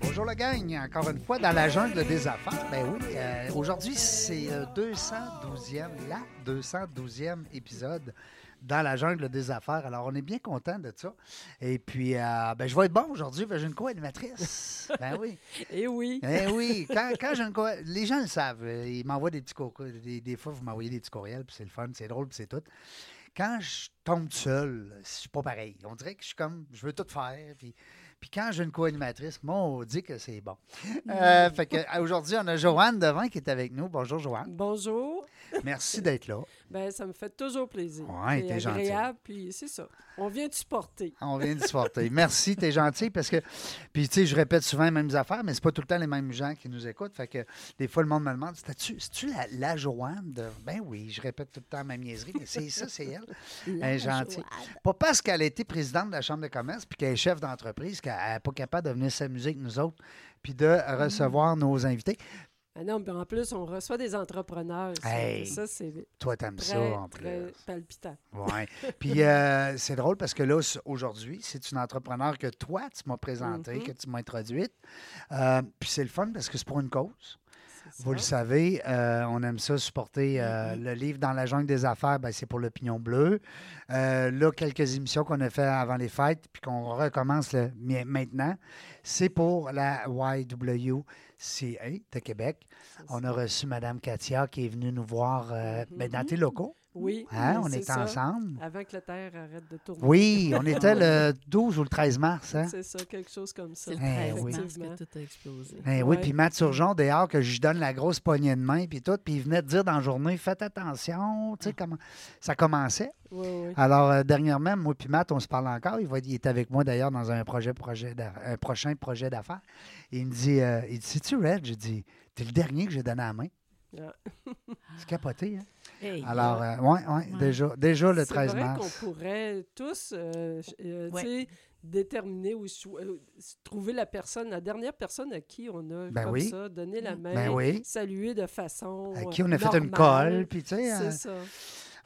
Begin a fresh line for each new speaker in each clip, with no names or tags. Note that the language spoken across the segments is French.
Bonjour la gang, encore une fois dans la jungle des affaires. Ben oui, euh, aujourd'hui c'est le 212e, la 212e épisode dans la jungle des affaires. Alors on est bien content de ça. Et puis euh, ben, je vais être bon aujourd'hui, ben, j'ai une co-animatrice. Ben oui.
Eh oui.
Eh oui, quand, quand j'ai une co- les gens le savent. euh, Ils m'envoient des petits courriels. Des, des fois, vous m'envoyez des petits courriels, puis c'est le fun, c'est drôle, puis c'est tout. Quand je tombe seul, je suis pas pareil. On dirait que je suis comme, je veux tout faire. Puis, puis quand j'ai une co-animatrice, on dit que c'est bon. Euh, fait que, euh, aujourd'hui, on a Joanne devant qui est avec nous. Bonjour, Joanne.
Bonjour.
Merci d'être là.
Ben, ça me fait toujours plaisir.
Ouais,
C'est
t'es gentil.
agréable, puis c'est ça. On vient de supporter.
On vient de supporter. Merci, t'es gentil parce que, puis tu sais, je répète souvent les mêmes affaires, mais c'est pas tout le temps les mêmes gens qui nous écoutent. Fait que des fois, le monde me demande, c'est-tu c'est-tu la, la Joanne de... Ben oui, je répète tout le temps la même niaiserie, mais c'est ça, c'est elle. Elle est gentille. Pas parce qu'elle a été présidente de la Chambre de commerce puis qu'elle est chef d'entreprise qu'elle n'est pas capable de venir s'amuser avec nous autres puis de recevoir nos invités.
Ah non, puis en plus, on reçoit des entrepreneurs. Ça,
Hey.
ça c'est
Toi, t'aimes
très,
ça en
très
plus.
palpitant.
Ouais. Puis euh, c'est drôle parce que là, c- aujourd'hui, c'est une entrepreneur que toi, tu m'as présentée,
Mhm.
que tu m'as introduite. Euh, puis c'est le fun parce que c'est pour une cause.
C'est Mm-hmm.
Vous le
ça.
savez, euh, on aime ça, supporter euh, le livre Dans la jungle des affaires, ben, c'est pour l'opinion bleue. Euh, là, quelques émissions qu'on a fait avant les fêtes, puis qu'on recommence le- mi- maintenant, c'est pour la YWCA de Québec.
C'est
On
ça.
a reçu Mme Katia qui est venue nous voir euh, ben, dans
Mhm.
tes locaux.
Oui,
Hein,
oui,
on
c'est
était
ça.
ensemble.
Avant que la Terre arrête de tourner.
Oui, on était le 12 ou le 13 mars. Hein?
C'est ça, quelque chose comme ça.
C'est le
Eh
13
oui.
mars
Effectivement.
que tout a explosé.
Eh oui,
Ouais.
puis Matt Surgeon, dehors, que je lui donne la grosse poignée de main, puis tout, puis il venait de dire dans la journée, faites attention, tu sais, comment ça commençait.
Oui, oui.
Alors, euh, dernièrement, moi puis Matt, on se parle encore. Il, va, il est avec moi, d'ailleurs, dans un, projet, projet d'a- un prochain projet d'affaires. Il me dit, euh, il dit, c'est-tu Red? J'ai dit, t'es le dernier que j'ai donné à la main.
Ah.
C'est capoté, hein?
Hey,
Alors, euh, ouais, ouais,
Ouais.
déjà, déjà le 13
c'est vrai
mars.
qu'on pourrait tous euh, ch- euh, tu
Ouais.
sais, déterminer ou sou- euh, s- trouver la personne, la dernière personne à qui on a
Ben
comme
oui.
ça, donné
Mm.
la main,
Ben oui.
saluer de façon euh,
À qui on a fait une
normale.
colle, puis tu sais, euh,
C'est ça.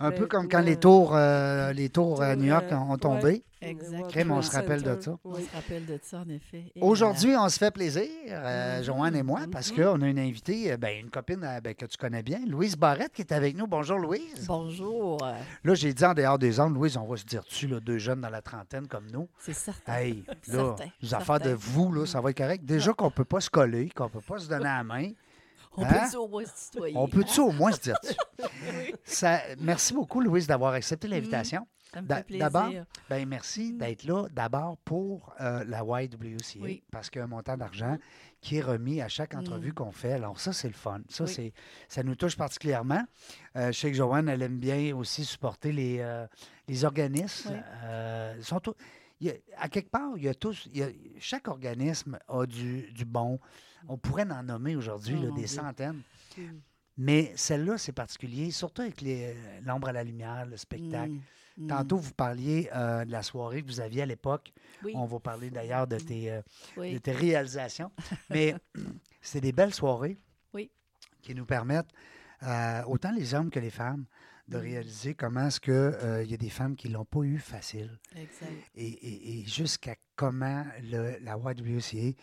un
Ben,
peu comme quand
ouais.
les tours, euh, les tours à
Tours,
New York
euh,
ont, ont
ouais.
tombé.
Exact.
Crème, on
World
se rappelle de
Center.
ça.
on
Oui.
se rappelle de ça, en effet. Et
Aujourd'hui, on se fait plaisir, euh,
Mhm.
Joanne et moi, parce
Mhm.
qu'on a une invitée, euh, ben, une copine euh, ben, que tu connais bien, Louise Barrette, qui est avec nous. Bonjour,
voilà.
Louise.
Bonjour. euh,
Là, j'ai dit en dehors des ondes, Louise, on va se dire tu, là, deux jeunes dans la trentaine comme nous.
C'est certain.
Hey, là,
Certain,
les affaires de
certain.
vous, là, ça va être correct. Déjà qu'on ne peut pas se coller, qu'on ne peut pas se donner la main.
On
hein?
peut au moins se tutoyer.
On peut-tu au moins se dire tu? Ça- merci beaucoup, Louise, d'avoir accepté
Mhm.
l'invitation.
Ça me
d'a-
fait
d'abord,
plaisir.
Ben, merci
Mm.
d'être là d'abord pour euh, la YWCA,
Oui. Mm.
parce qu'il y a un montant d'argent qui est remis à chaque entrevue qu'on fait. Alors, ça, c'est le fun. Ça,
Oui.
c'est, ça nous touche particulièrement. Euh, je sais que Joanne, elle aime bien aussi supporter les, euh, les organismes.
Oui.
Euh, ils sont tous- il y a- à quelque part, il y a tous, il y a- chaque organisme a du, du bon. On pourrait en nommer aujourd'hui
Oh
là,
mon
des
Dieu.
centaines.
Mm.
Mais celle-là, c'est particulier, surtout avec les- euh, l'ombre à la lumière, le spectacle.
Mm, mm.
Tantôt, vous parliez euh, de la soirée que vous aviez à l'époque.
Oui,
On va parler d'ailleurs de, tes, euh,
oui.
de tes réalisations. Mais c'est des belles soirées
Oui.
qui nous permettent, euh, autant les hommes que les femmes, de réaliser comment est-ce qu'il y a des femmes qui ne l'ont pas eu facile
Exact.
et, et- et jusqu'à comment le- la YWCA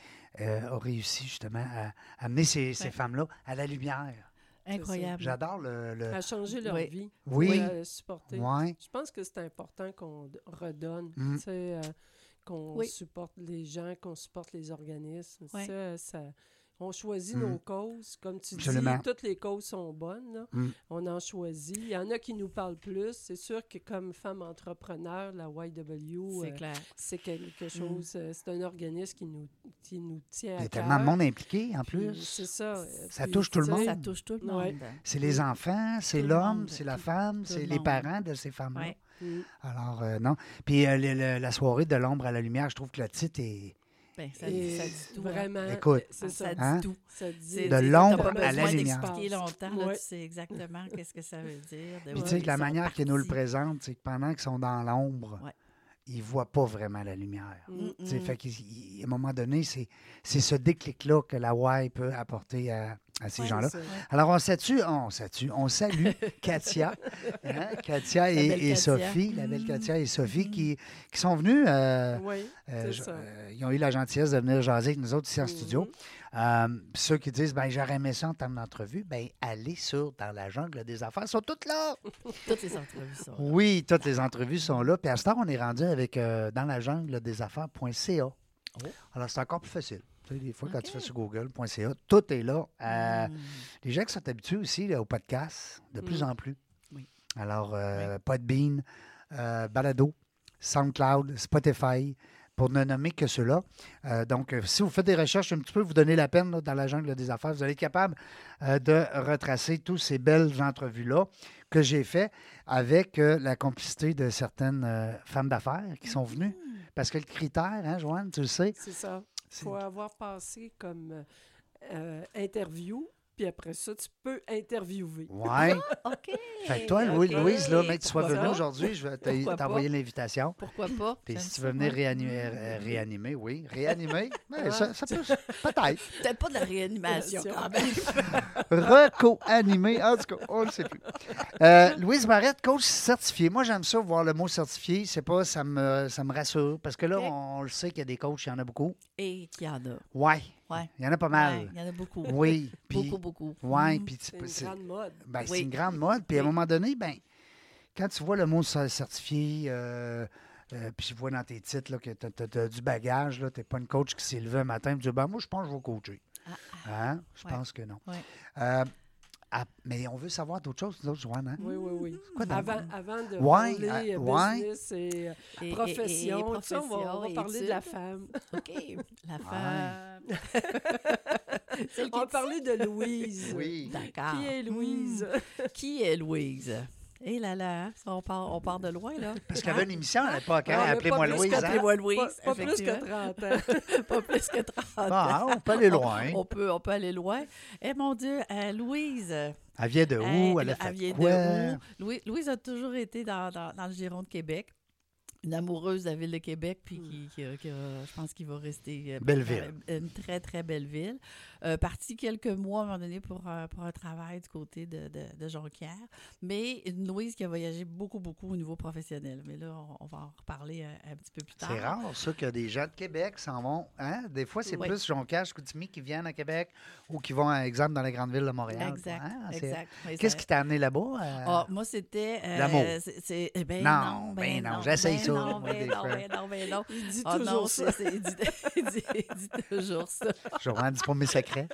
euh, a réussi justement à amener ces, ces
Ouais.
femmes-là à la lumière.
Incroyable.
J'adore le... le-
À changer leur
Oui.
vie. euh,
Oui.
à supporter.
Ouais.
Je pense que c'est important qu'on d- redonne,
Mm.
tu sais, euh, qu'on
Oui.
supporte les gens, qu'on supporte les organismes.
Ouais.
Ça, ça- on choisit
Mm.
nos causes. Comme tu
Absolument.
dis, toutes les causes sont bonnes. là.
Mm.
On en choisit. Il y en a qui nous parlent plus. C'est sûr que comme femme entrepreneur, la YW,
C'est
euh,
clair.
c'est quelque chose, euh, c'est un organisme qui nous, qui nous tient
Mm. Il y
à
a tellement de
cœur.
monde impliqué en
Puis
plus.
C'est ça. euh,
Ça
Puis,
touche tout le
tu sais,
monde.
Ça touche tout le monde.
Ouais.
C'est les enfants, c'est
Tout le
l'homme,
monde,
c'est la
tout-
femme,
tout
c'est
le
les
monde.
parents de ces femmes-là.
Ouais.
Mm.
Alors, euh, non. Puis euh, le- le- la soirée de l'ombre à la lumière, je trouve que le titre est
Ben, ça,
Et
ça dit tout. hein.
Vraiment, euh,
Écoute,
c'est
ça,
ça.
dit
Hein?
tout.
Ça
C'est-
dit
De
c'est-
l'ombre
t'as pas
à la
besoin
lumière.
d'expliquer longtemps, là,
Ouais.
tu sais exactement qu'est-ce que ça veut dire. de
Puis
où
tu sais,
ils
la
sont
manière qu'ils nous le
partis.
présentent, c'est que pendant qu'ils sont dans l'ombre,
Ouais.
ils ne voient pas vraiment la lumière.
Mm.
Tu sais,
Mm,
Fait qu'à un moment donné, c'est c'est ce déclic-là que la Y peut apporter à, à ces
Ouais,
gens-là.
C'est ça.
Alors, on salue, on salue, on salue Katia, hein, Katia et,
belle
et
Katia. Mm.
Sophie, la belle Katia et Sophie, qui, qui sont venues. euh,
Oui,
euh,
c'est
je-
ça.
euh, ils ont eu la gentillesse de venir jaser avec nous autres ici en
Mhm.
studio. Euh, puis ceux qui disent, ben, j'aurais aimé ça en termes d'entrevue, ben, allez sur Dans la jungle des affaires, ils sont toutes là.
mm. Toutes les entrevues sont. là.
Oui, toutes les entrevues sont là. Puis à ce temps, on est rendu avec euh, dans la jungle des affaires.ca.
Oh.
Alors, c'est encore plus facile. Tu sais, des fois, quand tu
OK.
fais sur google.ca, tout est là. Euh,
Mm.
Les gens qui sont habitués aussi là, au podcast, de plus
Mm.
en plus.
Oui.
Alors, euh, Podbean, euh, Balado, SoundCloud, Spotify, pour ne nommer que ceux-là. Euh, donc, euh, si vous faites des recherches un petit peu, vous donnez la peine là, dans la jungle des affaires, vous allez être capable euh, de retracer toutes ces belles entrevues-là que j'ai fait avec euh, la complicité de certaines euh, femmes d'affaires qui sont venues. Parce que le critère, hein, Joanne, tu le sais,
C'est ça. Il
c'est
faut avoir passé comme euh, euh, interview, puis après ça, tu peux interviewer.
Ouais.
OK.
Fait que toi, Louis-
OK.
Louise, là, mec, tu sois
Pourquoi
venue
pas?
aujourd'hui, je vais te-
Pourquoi
t'envoyer l'invitation.
Pourquoi pas?
Puis
J'aime
si tu
ça,
veux venir
moi.
réanimer, euh, réanimer, oui. Réanimer, ben,
Ouais.
ça, ça peut, se- peut-être.
Peut-être pas de la réanimation Ah, ben. quand même.
Reco-animer, en tout cas, on ne sait plus. Euh, Louise Barrette, coach certifié. Moi, j'aime ça, voir le mot certifié. C'est pas, ça me, ça me rassure. Parce que là,
Ok.
on le sait qu'il y a des coachs, il y en a beaucoup.
Et qu'il y en a.
Ouais.
Ouais.
Il y en a pas
Ouais,
mal.
Il y en a beaucoup.
Oui. Puis,
Beaucoup, beaucoup.
ouais,
Mm.
puis tu-
C'est une
c'est-
grande mode.
Ben, C'est
Oui.
une grande mode. Puis à un
Oui.
moment donné, ben, quand tu vois le mot cer- certifié, euh, euh, puis je vois dans tes titres là, que tu as, du bagage, tu n'es pas une coach qui s'est levée un matin et dit ben, Moi, je pense que je vais coacher.
Ah,
Hein? Je
Ouais.
pense que non.
Ouais.
Euh, ah, mais on veut savoir d'autres choses, nous autres, Joanne. hein?
Oui, oui, oui.
quoi donc?
avant, avant de
Ouais,
parler
euh,
euh,
ouais.
business et euh,
Et- et- et- et
profession, tu sais, on va, on va
profession,
parler de la
études.
femme.
OK. La femme. Celle qui
On va
est
parler de Louise.
ici.
Oui.
D'accord.
Qui est Louise?
Mm. Qui est Louise? Eh là là, on part, on part de loin, là.
Parce qu'elle avait une émission à l'époque, hein?
Ah, mais
Appelez-moi
pas plus
Louise.
qu'à
hein?
Appelez-moi Louise.
Pas, pas plus que
effectivement.
30 ans.
Pas plus que 30 ans.
Bon, Ah, on peut aller loin.
On peut, on peut aller loin. Eh mon Dieu, euh, Louise.
Elle vient de où?
Hey,
Elle a fait
vient de
quoi?
où? Louis- Louise a toujours été dans, dans- dans le giron de Québec. Une amoureuse de la ville de Québec, puis qui, qui a- qui a- je pense qu'il va rester. euh,
Belle ville.
euh, Une très, très belle ville. Euh, partie quelques mois à un moment donné pour, un- pour un travail du côté de, de, de Jonquière. Mais une Louise qui a voyagé beaucoup, beaucoup au niveau professionnel. Mais là, on, on va en reparler un, un petit peu plus tard.
C'est rare, ça, que des gens de Québec s'en vont. Hein? Des fois, c'est
Oui.
plus Joncache, Coutimi qui viennent à Québec ou qui vont, par exemple, dans la grande ville de Montréal.
Exact.
Hein? C'est-
exact. Oui,
Qu'est-ce
ça-
qui t'a amené là-bas? euh?
Ah, moi, c'était. euh,
L'amour.
c'est- c'est- eh ben
Non,
non,
ben
ben
non, j'essaye
ben
ça,
Non,
moi,
ben
des
non,
fois.
ben non, ben non.
Il dit
Ah
toujours
non,
ça.
c'est- c'est- il dit, il dit- il dit toujours ça.
Joanne, dis pas mes secrets.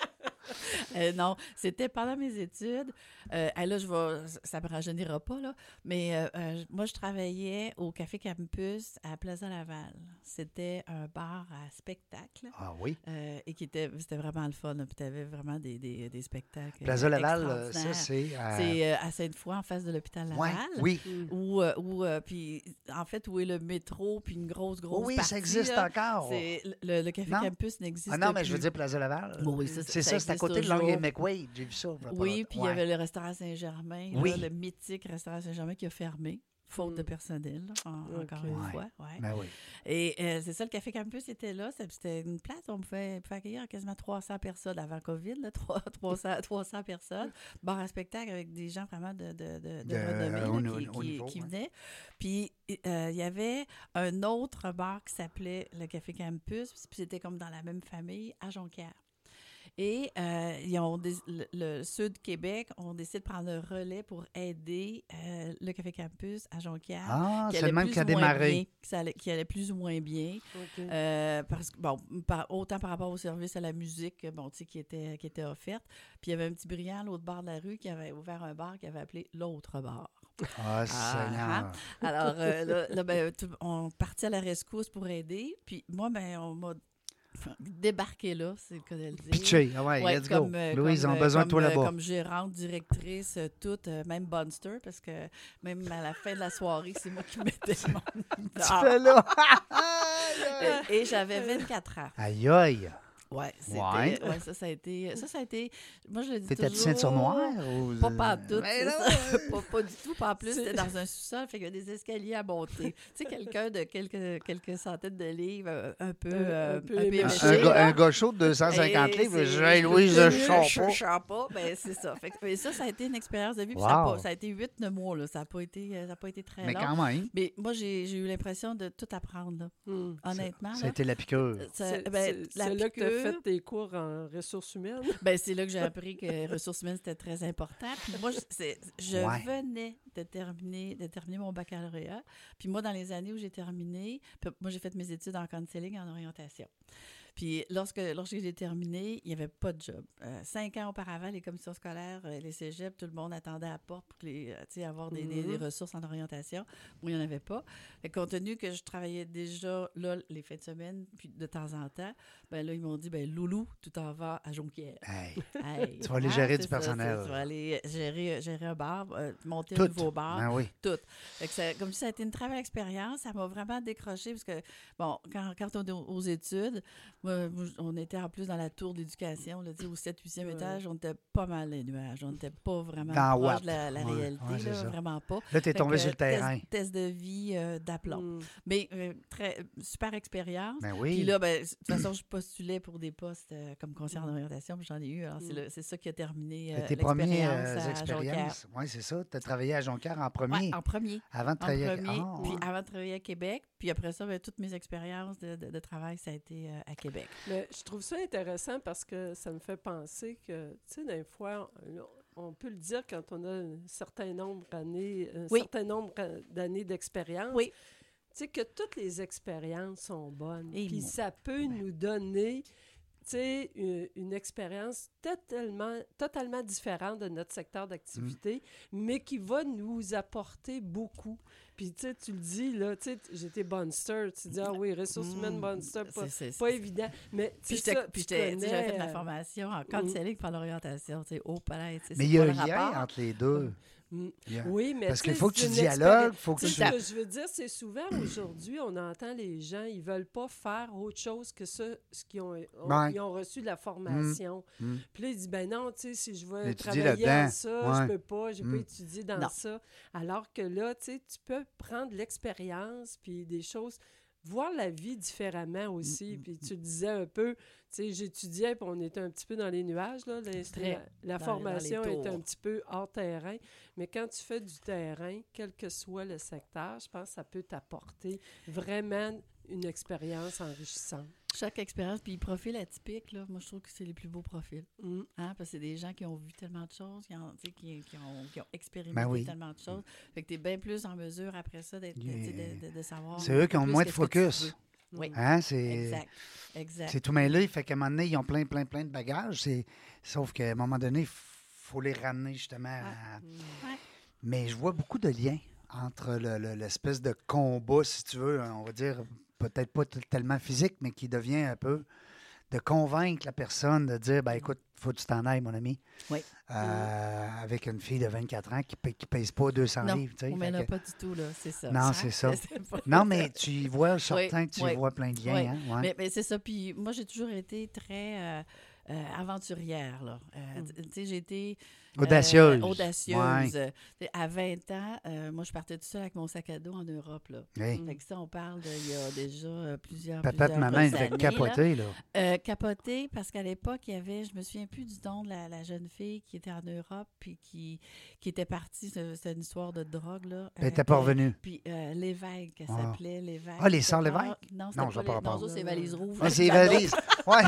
Euh, non, c'était pendant mes études. Euh, ah là, je vais, ça me rajeunira pas, là. Mais euh, euh, moi, je travaillais au Café Campus à Plaza Laval. C'était un bar à spectacle.
Ah oui.
euh, et qui était, c'était vraiment le fun. là, Puis tu avais vraiment des, des, des spectacles.
Plaza Laval, euh, ça,
extraordinaires.
c'est. euh,
C'est euh, à Sainte-Foy, en face de l'hôpital
ouais,
Laval.
oui.
Où, euh, où, euh, puis, en fait, où est le métro, puis une grosse, grosse
Oh oui,
partie,
ça existe
là.
encore.
C'est- Le, le Café
Non?
Campus n'existe
Ah non, mais je
plus.
veux dire Plaza Laval.
Oui, oui, ça,
c'est ça, c'est à
existe
côté de
toujours.
Laurier McWade. J'ai vu ça. il y a pas
Oui,
longtemps.
puis il y
Ouais.
avait le restaurant Saint-Germain, là,
Oui.
le mythique restaurant Saint-Germain qui a fermé, faute de
Mm.
personnel, là, en-
Ok.
encore une
Ouais.
fois. ouais.
Ben oui.
Et euh, c'est ça, le Café Campus était là. ça- C'était une place où on pouvait, pouvait accueillir quasiment 300 personnes avant COVID, là, trois- 300, 300 personnes. Bar à spectacle avec des gens vraiment de, de, de, de
De-
renommée là,
au
qui-
nou-
qui,
au niveau,
qui
ouais.
venaient. Puis euh, il y avait un autre bar qui s'appelait le Café Campus, puis c'était comme dans la même famille à Jonquière. Et euh, ils ont dé- le, le sud du Québec, on décide de prendre le relais pour aider euh, le Café Campus à Jonquière.
Ah,
qui
c'est
allait
le même
plus
qui a
ou moins bien,
démarré.
que ça allait- qui allait plus ou moins bien.
OK.
Euh, parce que, bon, par- autant par rapport au service à la musique, euh, bon, tu sais, qui était, qui était offerte. Puis il y avait un petit brillant à l'autre bord de la rue qui avait ouvert un bar qui avait appelé l'autre bar.
Ah, Seigneur.
hein. Alors, euh, là, là, ben, tout- on partit à la rescousse pour aider. Puis moi, ben, on m'a débarqué là, c'est le cas de le dire.
Pitché. Ah ouais,
Ouais,
let's
comme,
go.
euh,
Louise,
comme,
on a
euh,
besoin de
comme,
toi
euh,
là-bas.
Comme gérante, directrice, euh, toute, euh, même Bunster, parce que même à la fin de la soirée, c'est moi qui mettais mon Ah.
Tu fais là. Euh,
Et, et j'avais 24 ans.
Aïe, aïe.
Ouais, c'était-
Ouais.
ouais, ça, ça a été. Ça, ça a été. Moi, je le dis.
T'es absent sur
toujours,
noir ou... euh,
Pas partout.
Mais
c'est
non!
ça. pas, pas du tout. Pas en plus,
C'est-
c'était dans un sous-sol, fait qu'il y a des escaliers à monter. tu sais, quelqu'un de quelques, quelques centaines de livres, euh, un peu,
Euh,
euh,
un
un
peu
peu éméché,
Un, gars,
là.
un gars chaud de 250
Et
livres,
c'est-
Jean-Louis
c'est-
de Champeau.
Champeau, ben, c'est ça. Fait que- mais ça, ça a été une expérience de vie. puis Ça, a
Wow.
pas- ça a été huit, neuf mois. Là. Ça n'a pas, été, euh, ça a pas été très
Mais
long.
quand même,
Mais moi, j'ai j'ai eu l'impression de tout apprendre, là.
Hmm.
honnêtement. Ben là.
c'était la piqûre.
Ça-
C'est
ben,
c'est-
la
c'est là que tu as
piqûre,
fait tes cours en ressources humaines.
ben, c'est là que j'ai appris que les ressources humaines, c'était très important. Puis moi, je, c'est- je
Ouais.
venais de terminer, de terminer mon baccalauréat. Puis moi, dans les années où j'ai terminé, puis moi, j'ai fait mes études en counseling, et en orientation. Puis lorsque, lorsque j'ai terminé, il n'y avait pas de job. Euh, cinq ans auparavant, les commissions scolaires, euh, les cégeps, tout le monde attendait à la porte pour que les, euh, tu sais, avoir des, des-
Mhm.
des ressources en orientation. Moi, il n'y en avait pas. Fait que compte tenu que je travaillais déjà là les fins de semaine, puis de temps en temps, ben là, ils m'ont dit, ben Loulou, tu t'en vas à Jonquière.
Hey,
Hey,
Tu vas aller
hein,
gérer
c'est
du
ça,
personnel.
c'est- Tu vas aller euh, gérer, gérer un bar, euh, monter
tout.
un nouveau bar.
Ben oui.
Fait que ça- comme ça, ça a été une très belle expérience. Ça m'a vraiment décroché parce que, bon, quand, quand on est aux aux études, moi, moi, on était en plus dans la tour d'éducation, là, tu sais, au 7 8e
Ouais.
étage, on était pas mal les nuages. On n'était pas vraiment
Dans
proche
Watt.
de la, la
Ouais,
réalité,
ouais, c'est
là,
ça.
vraiment pas.
Là, t'es
Fait
tombé
que,
sur le
test-
terrain.
Test, de vie euh, d'aplomb.
Hmm.
Mais euh, très, super expérience.
Ben
Puis
oui.
là, ben, de toute façon, je postulais pour des postes euh, comme conseillère en orientation, puis j'en ai eu. Alors, c'est
Mm.
le- c'est ça qui a terminé euh,
Tes premières
l'expérience
euh,
à Jonquière.
expériences. Oui, c'est ça. T'as travaillé à Jonquière en
Ouais,
premier,
en premier.
avant de
En
travailler.
premier,
Ah,
puis
ouais.
avant de travailler à Québec. Puis après ça, ben, toutes mes expériences de, de- de travail, ça a été euh, à Québec.
Mais je trouve ça intéressant parce que ça me fait penser que, tu sais, des fois, on, on peut le dire quand on a un certain nombre d'années, un
Oui.
certain nombre d'années d'expérience.
Oui.
Tu sais, que toutes les expériences sont bonnes.
Et
Puis
mon-
ça peut nous donner, tu sais, une, une expérience totalement, totalement différente de notre secteur d'activité,
Mmh.
mais qui va nous apporter beaucoup. Puis, tu sais, tu le dis, là, tu sais, j'étais bonster. Tu dis, ah oui, ressources humaines,
Mm.
bonster, pas
C'est- c'est-
pas
c'est-
évident. Mais tu
Puis
sais,
j'étais-
ça,
puis
tu
j'étais- tu sais, j'avais fait de la
connais,
formation en counseling par l'orientation, tu sais, au palais.
Mais il y a un lien entre les deux.
Mm.
Il y a-
euh, Oui,
Ah.
mais
Parce
tu sais,
qu'il faut que
c'est
tu
une
dialogues, faut
expérience.
que
Tu
tu...
sais, ce que je veux dire, c'est souvent aujourd'hui, on entend les gens, ils veulent pas faire autre chose que ça, ce qu'ils ont, ont-
Ouais.
ils ont reçu de la formation.
Ben, Mm. Mm.
Puis là, ils disent, ben non, tu sais, si je veux
D'étudier
travailler dans
là-dedans.
ça, je
Ouais.
peux pas, j'ai pas
Mm.
étudié dans
Non.
ça. Alors que là, tu sais, tu peux prendre l'expérience, puis des choses, voir la vie différemment aussi.
Mm, mm,
Puis tu le disais un peu, tu sais, j'étudiais, puis on était un petit peu dans les nuages, là, les-
Très.
la- la
dans- dans les
formation est un
tours.
petit peu hors terrain, mais quand tu fais du terrain, quel que soit le secteur, je pense que ça peut t'apporter vraiment une expérience enrichissante.
Chaque expérience, puis profil atypique, là, moi, je trouve que c'est les plus beaux profils.
Mm.
Hein, parce que c'est des gens qui ont vu tellement de choses, qui ont, tu sais, qui, qui ont, qui ont expérimenté
Ben oui.
tellement de choses. Fait que tu es bien plus en mesure après ça d'être, tu sais, de, de- de savoir.
C'est eux qui ont
plus
moins de
qu'est-ce que tu
focus.
veux. Oui,
Hein, c'est...
exact. Exact.
C'est tout mêlé. Fait qu'à un moment donné, ils ont plein, plein, plein de bagages. C'est- Sauf qu'à un moment donné, il faut les ramener justement.
Ah, hmm.
à-
Ouais.
Mais je vois beaucoup de liens entre le- le- l'espèce de combat, si tu veux, on va dire, peut-être pas t- tellement physique, mais qui devient un peu de convaincre la personne de dire ben écoute, faut que tu t'en ailles, mon ami.
Oui.
Euh, Avec une fille de 24 ans qui ne pèse pas 200
Non,
livres. tu sais.
mais
Fait
là,
que-
pas du tout, là, c'est ça.
Non, c'est ça.
pas-
Non, mais tu y vois certains, tu y
oui.
vois plein de liens.
Oui.
hein, ouais.
Mais, mais c'est ça. Puis moi, j'ai toujours été très euh, euh, aventurière. Là. Euh,
Mm.
tu- Tu sais, j'ai été euh,
Hmm. Audacieuse.
audacieuse. Tu sais, À 20 ans, euh, moi, je partais tout seul avec mon sac à dos en Europe. Là.
Ouais. Hey,
Mm.
Fait que ça, on parle de, il y a déjà euh, plusieurs.
Papa et
plusieurs
maman, ils
grosses
devaient
années, là.
capoter. Là.
Euh, capoté, parce qu'à l'époque, il y avait, je me souviens plus du nom de la, la jeune fille qui était en Europe puis qui, qui était partie. c'est- C'était une histoire de drogue. Là,
Elle
Euh,
n'était pas
puis-
revenue.
Puis euh, l'évêque, elle
Ah.
s'appelait l'évêque.
Ah, les sœurs
C'était pas-
Lévesque?
Non,
Non,
non
ça n'a
pas
pas
les-
rapport.
non, ça, c'est valise
Ouais,
rouge.
c'est valise. Ouais.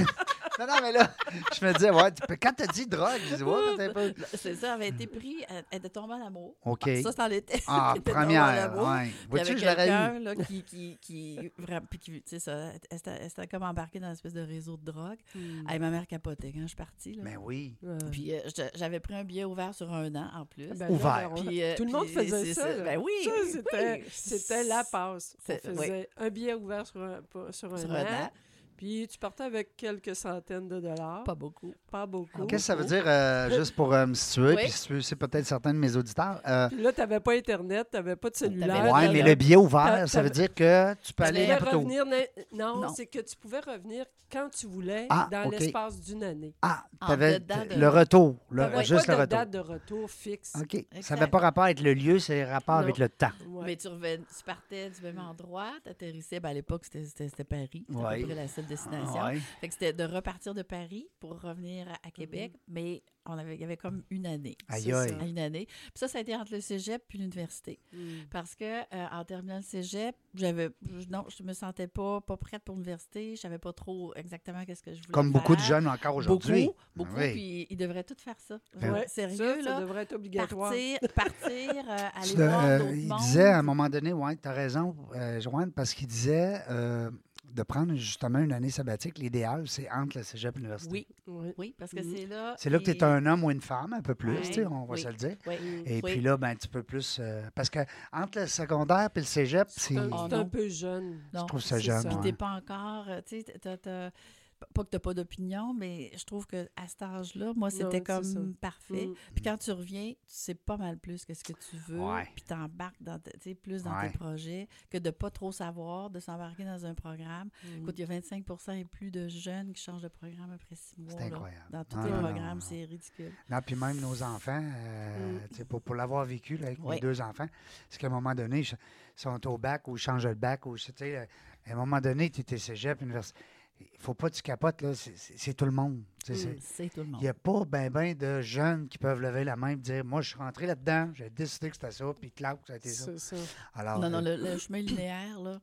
Non, non, mais là, je me disais, ouais, tu peux- quand t'as dit drogue, je dis, ouais, t'as un peu.
C'est ça, elle avait été prise, elle, elle était tombée en amour.
OK.
Ça, ça en était.
Ah,
elle était tombée en
première.
amour.
Ouais.
Puis
Vois-tu,
avec
je l'aurais eu.
hein, quelqu'un là, qui, qui, qui, vra- puis qui, tu sais ça, elle s'était- elle s'était comme embarquée dans une espèce de réseau de drogue.
Mm.
Hey, ma mère capotait quand je suis partie. Là.
Mais Ben oui.
Ouais.
Hmm. Puis euh, je- j'avais pris un billet ouvert sur un an en plus.
Ah, ben
Ouvert.
là, ben, on-
Puis, euh,
Tout le monde
puis
faisait
c'est
ça. là.
Ben oui,
Ça,
oui,
c'était,
oui.
c'était la passe. On
C'est-
faisait un billet ouvert sur un, sur un
Sur
an,
un an.
Puis tu partais avec quelques centaines de dollars.
Pas Ah, beaucoup.
Pas beaucoup.
Qu'est-ce que ça veut dire, euh, juste pour euh, me situer,
hein. Oui.
puis situer aussi peut-être certains de mes auditeurs? euh,
Puis là, tu n'avais pas Internet, tu n'avais pas de cellulaire.
T'avais-
ouais,
t'avais-
mais le billet
t'as-
ouvert, ça veut
t'avais-
dire que tu peux
Tu
aller
pouvais
n'importe où.
revenir na- Non,
Non.
c'est que tu pouvais revenir quand tu voulais
Ah,
dans
ok.
l'espace d'une année.
Ah,
En
t'avais
dedans de-
le retour, le-
T'avais
juste
pas
le
de
retour.
date de retour fixe.
OK. Ça
Exact.
n'avait pas rapport avec le lieu, c'est rapport
Non.
avec le temps.
Ouais.
Mais tu, revenais, tu partais du même endroit, tu atterrissais. Ben à l'époque, c'était- c'était c'était Paris. C'était à
Ouais.
peu près la seule destination.
Ouais.
Fait que c'était de repartir de Paris pour revenir à, à Québec, mais on avait, il y avait comme une année.
Aïe,
C'est ça,
aïe.
Une année. Puis ça, ça a été entre le cégep puis l'université.
Mm.
Parce que euh, en terminant le cégep, j'avais je- non, je me sentais pas pas prête pour l'université, je savais pas trop exactement qu'est-ce que je voulais
Comme beaucoup de
faire.
jeunes encore aujourd'hui. Ah
Beaucoup, beaucoup,
Oui.
puis ils devraient tout faire ça.
Ben
Ouais,
Sérieux,
ça, ça
là.
devrait être obligatoire.
Partir, partir euh, aller
Tu de-
voir
euh,
d'autres
il
mondes.
disait à un moment donné, ouais, tu as raison, euh, Joanne, parce qu'il disait euh, de prendre justement une année sabbatique, l'idéal, c'est entre le cégep et l'université.
Oui,
Ouais.
oui, parce que
Mhm.
c'est là.
C'est là que tu
et-
es un homme ou une femme, un peu plus,
Ouais.
tu sais, on va
Oui.
se le dire.
Oui.
Mm.
Et
Oui.
puis là, ben, tu peux plus. euh, parce que entre le secondaire et le cégep, c'est.
C'est un,
Oh
c'est un
non.
peu jeune.
Non,
trouve ça hein.
c'est
jeune.
ça.
Puis
ouais.
t'es pas encore, euh, tu sais, t'as- t'as- t'as- pas que t'as pas d'opinion, mais je trouve que à cet âge-là, moi, c'était
c'est ça.
comme parfait.
Mm.
Puis quand tu reviens, tu sais pas mal plus que ce que tu veux,
Ouais.
puis t'embarques dans, tes- tu sais, plus dans
Ouais.
tes projets que de pas trop savoir, de s'embarquer dans un programme.
Mm.
Écoute, il y a 25 et plus de jeunes qui changent de programme après six mois.
C'est
là.
incroyable.
Dans tous
Non,
les
non, non,
programmes,
non.
c'est ridicule.
Non, puis même nos enfants, euh,
Mm.
tu sais, pour, pour l'avoir vécu là, avec mes
Oui.
deux enfants, c'est qu'à un moment donné, ils sont au bac ou ils changent le bac ou tu sais, euh, à un moment donné, tu étais cégep, université. Il faut pas que tu capotes, là, c'est- c'est c'est tout le monde. tu sais, c'est-
C'est tout le
Il
monde.
n'y a pas ben ben de jeunes qui peuvent lever la main et dire Moi, je suis rentré là-dedans, j'ai décidé que c'était ça, puis clac, ça a été ça.
C'est ça.
Alors,
Non, non,
euh,
le, le chemin linéaire, là,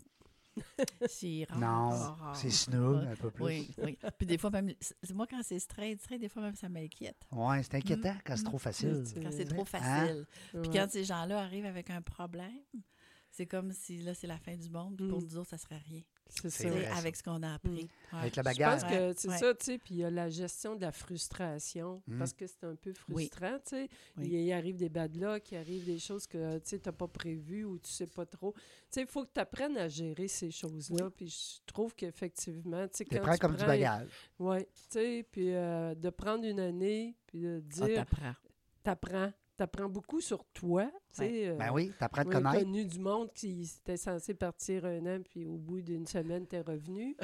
c'est rare.
non,
rare, rare.
c'est snob un peu plus.
Oui, oui. Puis des fois, même, c'est- moi, quand c'est straight, straight, des fois, même, ça m'inquiète.
Ouais, c'est inquiétant quand c'est trop facile.
Mm.
Quand
Euh,
c'est trop
hein?
facile. Puis
Ouais.
quand ces gens-là arrivent avec un problème, c'est comme si là, c'est la fin du monde. Puis pour
Mm.
nous autres, ça serait rien.
C'est
C'est
ça.
vrai,
C'est
ça.
avec ce qu'on a appris. Ouais.
Avec la
Je pense
bagarre. hein?
que c'est
Ouais.
ça, tu sais, puis il y a la gestion de la frustration,
Mm.
parce que c'est un peu
Oui.
frustrant, tu sais.
Oui.
Il, il arrive des bad luck, il arrive des choses que, tu sais, t'as pas prévues ou tu sais pas trop. Tu sais, il faut que tu apprennes à gérer ces choses-là, puis je trouve qu'effectivement, tu sais,
T'es
quand
prêt
tu
comme du
prends-
bagage.
Oui, tu sais, puis euh, de prendre une année, puis de
On
dire,
t'apprend.
t'apprends, t'apprends beaucoup sur toi, tu sais. euh,
Ben oui, t'apprends à te
moi, j'ai
connaître.
connu du monde qui était censé partir un an, puis au bout d'une semaine, t'es revenu.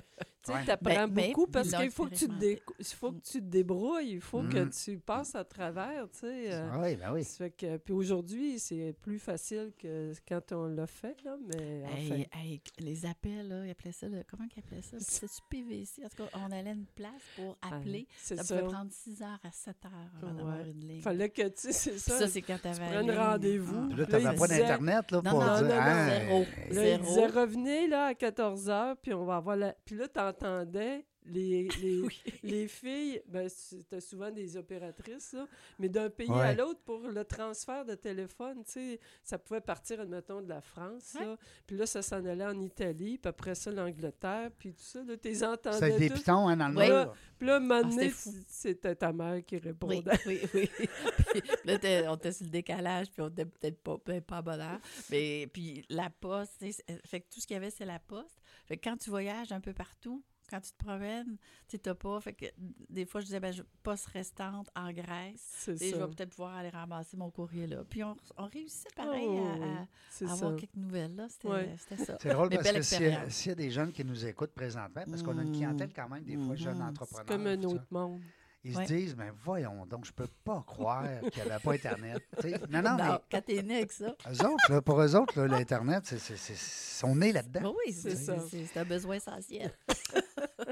tu
Ouais.
sais, t'apprends
Ben, mais
beaucoup parce
ils l'ont
qu'il faut que tu te
expérimenté.
décou- il faut que tu te débrouilles, il faut
Mm.
que tu passes à travers, tu sais. euh,
Ah oui, ben oui.
ça fait que, puis aujourd'hui, c'est plus facile que quand on l'a fait, là, mais enfin,
Hey, hey, les appels, là, ils appelaient ça, le- comment ils appelaient ça? C'est-tu PVC? En tout cas, on allait à une place pour
ah,
appeler.
c'est
ça
ça.
pouvait prendre 6 heures à 7 heures avant
Ouais.
d'avoir une ligne.
fallait que tu c'est
Puis
ça.
ça, c'est quand t'avais
prenais
la ligne.
rendez-vous.
Puis
Ah.
Là,
Là,
t'avais
il
pas
disait-
d'Internet là,
Non,
pour
non,
dire
non, non,
Hein,
zéro.
hey,
Là, il
Zéro.
disait, revenez là à 14 h puis on va avoir la. Puis là, t'entendais les, les, les filles, ben, c'était souvent des opératrices, là, mais d'un pays à
Ouais.
l'autre pour le transfert de téléphone, tu sais, ça pouvait partir, admettons, de la France, là, puis là, ça s'en allait en Italie, puis après ça, l'Angleterre, puis tout ça, là, t'es
C'était avec
entendais
des
tout.
pitons hein, dans le
Oui.
mur. là.
Puis là, un moment
Ah,
donné,
c'était fou.
c- c'était ta mère qui
Oui,
répondait.
oui, oui. puis, là, t'es- on était sur le décalage, puis on était peut-être pas, ben, pas à bonne heure. Mais puis la poste, tu sais, c'est- fait que tout ce qu'il y avait, c'est la poste. Fait que quand tu voyages un peu partout, quand tu te promènes, tu sais, t'as pas. Fait que des fois, je disais, ben, je poste restante en Grèce.
C'est
Et je vais
ça.
peut-être pouvoir aller ramasser mon courrier là. Puis on, on réussissait pareil
Oh,
à-
oui,
à,
C'est
à avoir
ça.
quelques nouvelles là. C'était
Ouais.
c'était ça.
C'est drôle
Mais
parce
belle
que s'il y a-
expérience.
s'il y, a des jeunes qui nous écoutent présentement, parce qu'on a une
Mm.
clientèle quand même, des fois, jeunes
Mhm.
entrepreneurs.
Comme un
tout ça,
autre monde.
Ils
Ouais.
se disent, mais voyons donc, je peux pas croire qu'il n'y avait pas Internet. Tu sais, non, non,
Non,
mais
quand t'es né avec ça.
eux autres, là, pour eux autres, là, l'Internet, c'est- c'est- c'est- on est là-dedans.
Ben oui, c'est
C'est ça.
c'est- c'est- c'est un besoin essentiel.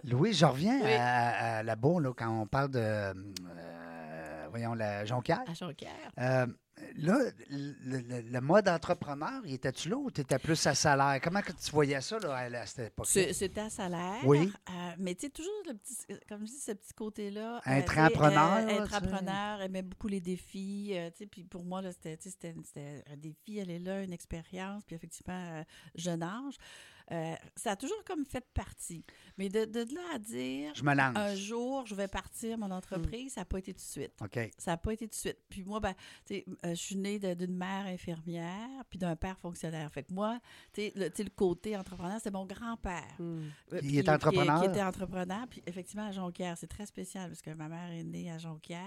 Louis, je reviens
Oui.
à, à la bourre, là, quand on parle de, euh, voyons, la Jonquière.
À Jonquière.
Euh, là, le, le- le mode entrepreneur, il était-tu là ou tu étais plus à salaire? Comment que tu voyais ça là, à, la- à cette époque
C'est- C'était à salaire.
Oui.
euh, mais tu sais, toujours, le petit, comme je dis, ce petit côté-là. euh,
Intrapreneur,
tu sais,
là,
intrapreneur, aimait beaucoup les défis. euh, tu sais, puis pour moi, là, c'était tu sais, c'était- c'était un défi. Elle est là, une expérience. Puis effectivement, euh, jeune âge. Euh, ça a toujours comme fait partie. Mais de, de là à dire,
Ah, Je me lance.
un jour, Euh, je vais partir mon entreprise, ça n'a pas été tout de suite.
OK.
Ça n'a pas été tout de suite. Puis moi, ben, tu sais, euh, je suis née de- d'une mère infirmière puis d'un père fonctionnaire. Fait que moi, tu sais, le, tu sais, le côté entrepreneur, c'est mon grand-père.
Hmm.
Euh,
Il
puis-
est entrepreneur?
Qui, était entrepreneur. Puis effectivement, à Jonquière, c'est très spécial parce que ma mère est née à Jonquière.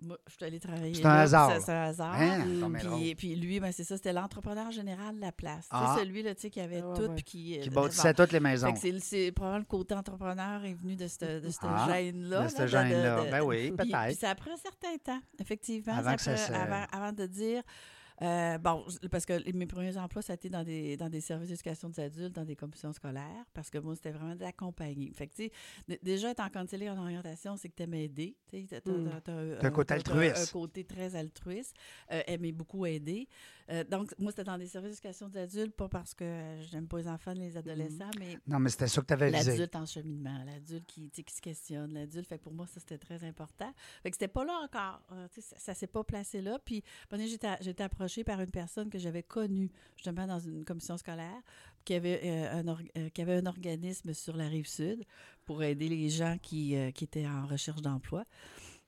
Moi, je suis allée travailler.
C'est un
là,
hasard.
c'est- C'est un hasard.
Hein,
Mm.
non, mais drôle.
Puis, puis lui, ben, c'est ça, c'était l'entrepreneur général de la place. Tu sais,
Ah.
celui là, tu sais, qui avait
Ah ouais,
tout
ouais.
puis qui...
qui
euh,
bâtissait toutes les
Fait
maisons.
que c'est- c'est probablement le côté entrepreneur est venu de ce de cette
Ah,
gêne-là.
de
là,
ce gène-là.
de-
Ben oui,
puis, puis
peut-être.
ça prend un certain temps, effectivement.
Avant
ça
que ça
prend-
se-
avant, avant de dire. euh, bon, je- parce que les- mes premiers emplois, ça a été dans des, dans des services d'éducation des adultes, dans des commissions scolaires, parce que moi, c'était vraiment d'accompagner. Fait que, tu sais, d- déjà, être en conseiller en orientation, c'est que t'aimes aider. Tu sais, t'as- t'as-
Mm.
t'as- t'as
Hmm. T'as un côté
t'as- t'as Un
altruiste.
côté très altruiste. Euh, aimer beaucoup aider. Euh, donc, moi, c'était dans des services d'éducation des adultes, pas parce que euh, j'aime pas les enfants,
Hmm.
ni les adolescents, mais
Non, mais c'était ça que tu avais visé.
L'adulte en cheminement, l'adulte qui, tu sais, qui se questionne, l'adulte. Fait que pour moi, ça, c'était très important. Fait que c'était pas là encore. euh, tu sais, ça ça s'est pas placé là. Puis, à un moment donné, j'étais a- j'étais approchée par une personne que j'avais connue, justement, dans une commission scolaire, qui avait, euh, un, org- euh, qui avait un organisme sur la rive sud pour aider les gens qui, euh, qui étaient en recherche d'emploi.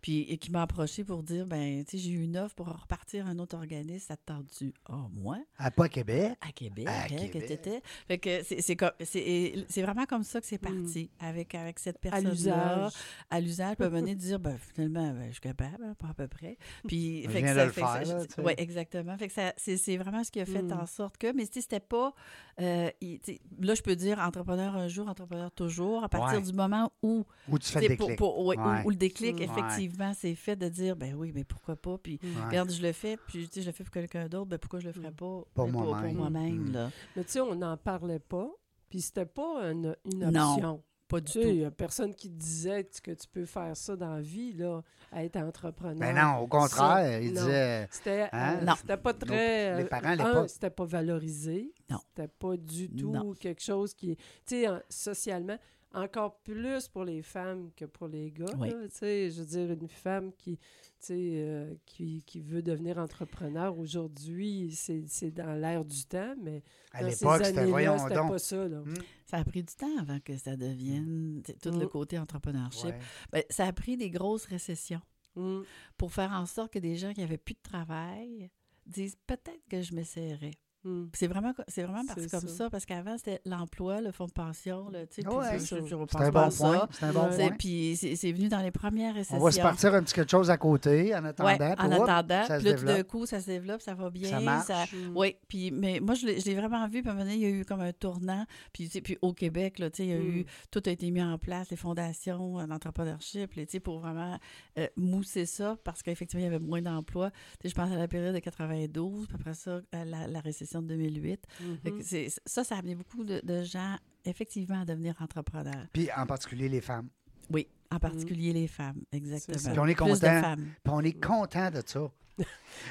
Puis, et qui m'a approchée pour dire, ben, tu sais, j'ai eu une offre pour repartir à un autre organisme, ça te tente-tu? Ah, moi?
À pas Québec.
À Québec,
À
hein, que
Québec.
t'étais. Fait que c'est- c'est comme- c'est c'est vraiment comme ça que c'est parti, avec, avec cette
Hmm. à
personne-là.
l'usage.
À l'usage. peut mener de dire, ben, finalement, ben, je suis capable, hein, pas à peu près. Puis,
Je
fait que
viens de
ça-
le
fait que ça-
faire, là, tu sais.
ouais, exactement. Fait que ça- c'est c'est vraiment ce qui a fait
Mm.
en sorte que, mais tu sais, c'était pas, euh, il- tu sais, là, je peux dire entrepreneur un jour, entrepreneur toujours, à partir
Ouais.
du moment où
Où tu fais
c'est
des
pour-
clics.
pour- ouais, où-
Ouais.
où, le déclic,
Mm.
effectivement, c'est fait de dire, ben oui, mais pourquoi pas? Puis,
Mm.
Ouais.
regarde, je le fais, puis tu sais, je le fais pour quelqu'un d'autre, ben pourquoi je le ferais
Mm.
pas
Pour
tu sais,
moi-même.
moi-même,
Mm.
là?
Mais tu sais, on n'en parlait pas, puis c'était pas une, une
Non,
option.
Pas
Tu
du
sais, il
tout.
n'y a personne qui te disait que tu peux faire ça dans la vie, là, à être entrepreneur.
Mais Ben non, au contraire,
Ça,
il
non.
disait.
C'était
Hein?
euh,
Non.
c'était pas
Nos-
très.
les
euh,
parents, à
un,
l'époque.
c'était pas valorisé.
Non.
C'était pas du tout
Non.
quelque chose qui. Tu sais, en- socialement, encore plus pour les femmes que pour les gars.
Oui.
là, tu sais, je veux dire, une femme qui, tu sais, euh, qui, qui veut devenir entrepreneur aujourd'hui, c'est c'est dans l'air du temps, mais
À
dans ces
l'époque, c'était.
années-là,
Voyons
c'était
donc.
pas ça, là.
Ça a pris du temps avant que ça devienne tu sais, tout le
Mm.
côté entrepreneurship.
Ouais.
Ben, ça a pris des grosses récessions
Mm.
pour faire en sorte que des gens qui n'avaient plus de travail disent peut-être que je m'essayerai.
Mm.
C'est vraiment, co- c'est vraiment parti
C'est
comme ça,
ça.
parce qu'avant, c'était l'emploi, le fonds de pension, le, tu sais,
Ouais.
puis je- je- je
C'est
repense
un
pas
bon
à
point.
ça.
C'est un bon
C'est-
point.
Puis c'est c'est venu dans les premières récessions.
On va se partir un petit quelque chose à côté en attendant.
Ouais,
puis
en
hop,
attendant.
ça se
Puis là, tout d'un
développe.
coup, ça se développe, ça va bien.
Ça marche.
Mm.
Oui, puis mais moi, je l'ai je l'ai vraiment vu. Puis à un moment donné, il y a eu comme un tournant. Puis, tu sais, puis au Québec, là, tu sais, il y a
Mm.
eu, tout a été mis en place, les fondations, euh, l'entrepreneurship, là, tu sais, pour vraiment euh, mousser ça, parce qu'effectivement, il y avait moins d'emplois. Tu sais, Je pense à la période de 92, puis après ça, à la, la récession de 2008. Fait que
Mhm.
c'est- ça, ça a amené beaucoup de, de gens, effectivement, à devenir entrepreneurs.
Puis en particulier les femmes.
Oui, en particulier les femmes,
Mm. ça.
exactement.
Puis on est
Plus de
content.
femmes.
Puis on est content de ça.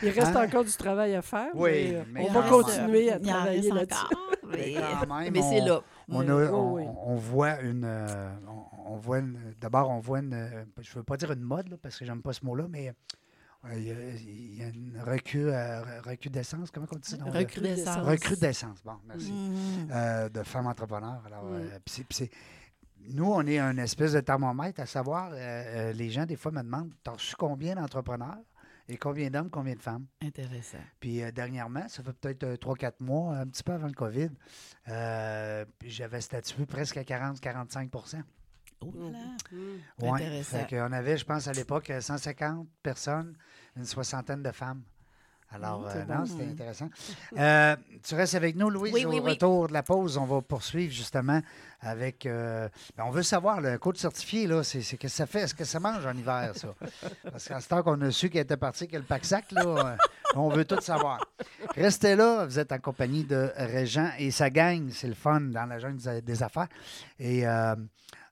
Il reste
Hein?
encore du travail à faire.
Oui,
mais, euh,
mais
on
Il
va
en reste-
continuer à
il en reste
travailler là-dessus.
encore,
Mais
Mais,
quand même,
mais c'est
on-
là.
On,
Mais-
a-
oui,
on,
oui.
on voit une. euh, on, on voit une- D'abord, on voit une. euh, Je veux pas dire une mode, là, parce que j'aime pas ce mot-là, mais euh, il y a- il y, a une recul, euh, recrudescence. Comment on dit ça? non, de-
Recrudescence.
Recrudescence. Bon, merci.
Mhm.
euh, de femmes entrepreneurs. Alors,
Oui.
Mm.
euh, puis c'est- puis c'est- nous, on est un espèce de thermomètre, à savoir, euh, euh, les gens, des fois, me demandent T'as reçu combien d'entrepreneurs et combien d'hommes, combien de femmes
Intéressant.
Puis euh, dernièrement, ça fait peut-être 3-4 mois, un petit peu avant le COVID, euh, puis j'avais statué presque à 40-45
Oh là là.
Mm.
Ouais.
Intéressant.
Fait qu'on avait, je pense, à l'époque, 150 personnes, une soixantaine de femmes. Alors,
Mm, c'est
euh,
bon,
non, c'était
hein.
intéressant. Euh, tu restes avec nous, Louise.
Oui, oui,
Au
oui.
retour de la pause, on va poursuivre justement avec. euh, ben, on veut savoir, le coach certifié, là, c'est c'est- qu'est-ce que ça fait? Est-ce que ça mange en hiver, ça? Parce qu'à ce temps qu'on a su qu'elle était partie, qu'elle pack sac, là, euh, on veut tout savoir. Restez là, vous êtes en compagnie de Régent et sa gang. C'est le fun dans la jungle des- des affaires. Et. euh,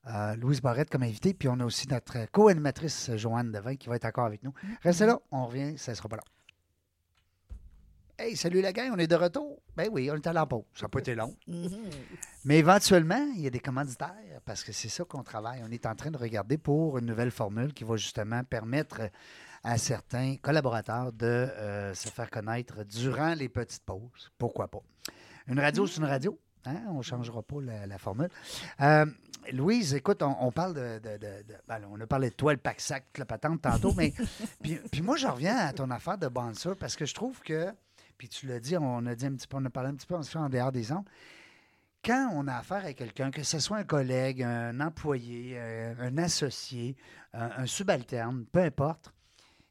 euh, Louise Barrette comme invitée, puis on a aussi notre co-animatrice euh, Joanne Devin qui va être encore avec nous. Restez là, on revient, ça ne sera pas long. Hey, salut la gang, on est de retour. Ben oui, on est allé en pause. Ça n'a pas été long. Mais éventuellement, il y a des commanditaires parce que c'est ça qu'on travaille. On est en train de regarder pour une nouvelle formule qui va justement permettre à certains collaborateurs de euh, se faire connaître durant les petites pauses. Pourquoi pas? Une radio, c'est une radio. Hein? On ne changera pas la, la formule. Euh, Louise, écoute, on, on parle de. de- de- de- ben, on a parlé de toi, le pack-sac, la patente tantôt, mais. Puis, puis moi, je reviens à ton affaire de bouncer parce que je trouve que. Puis tu l'as dit, on a dit un petit peu, on a parlé un petit peu, on se fait en dehors des ondes. Quand on a affaire à quelqu'un, que ce soit un collègue, un employé, euh, un associé, un, un subalterne, peu importe,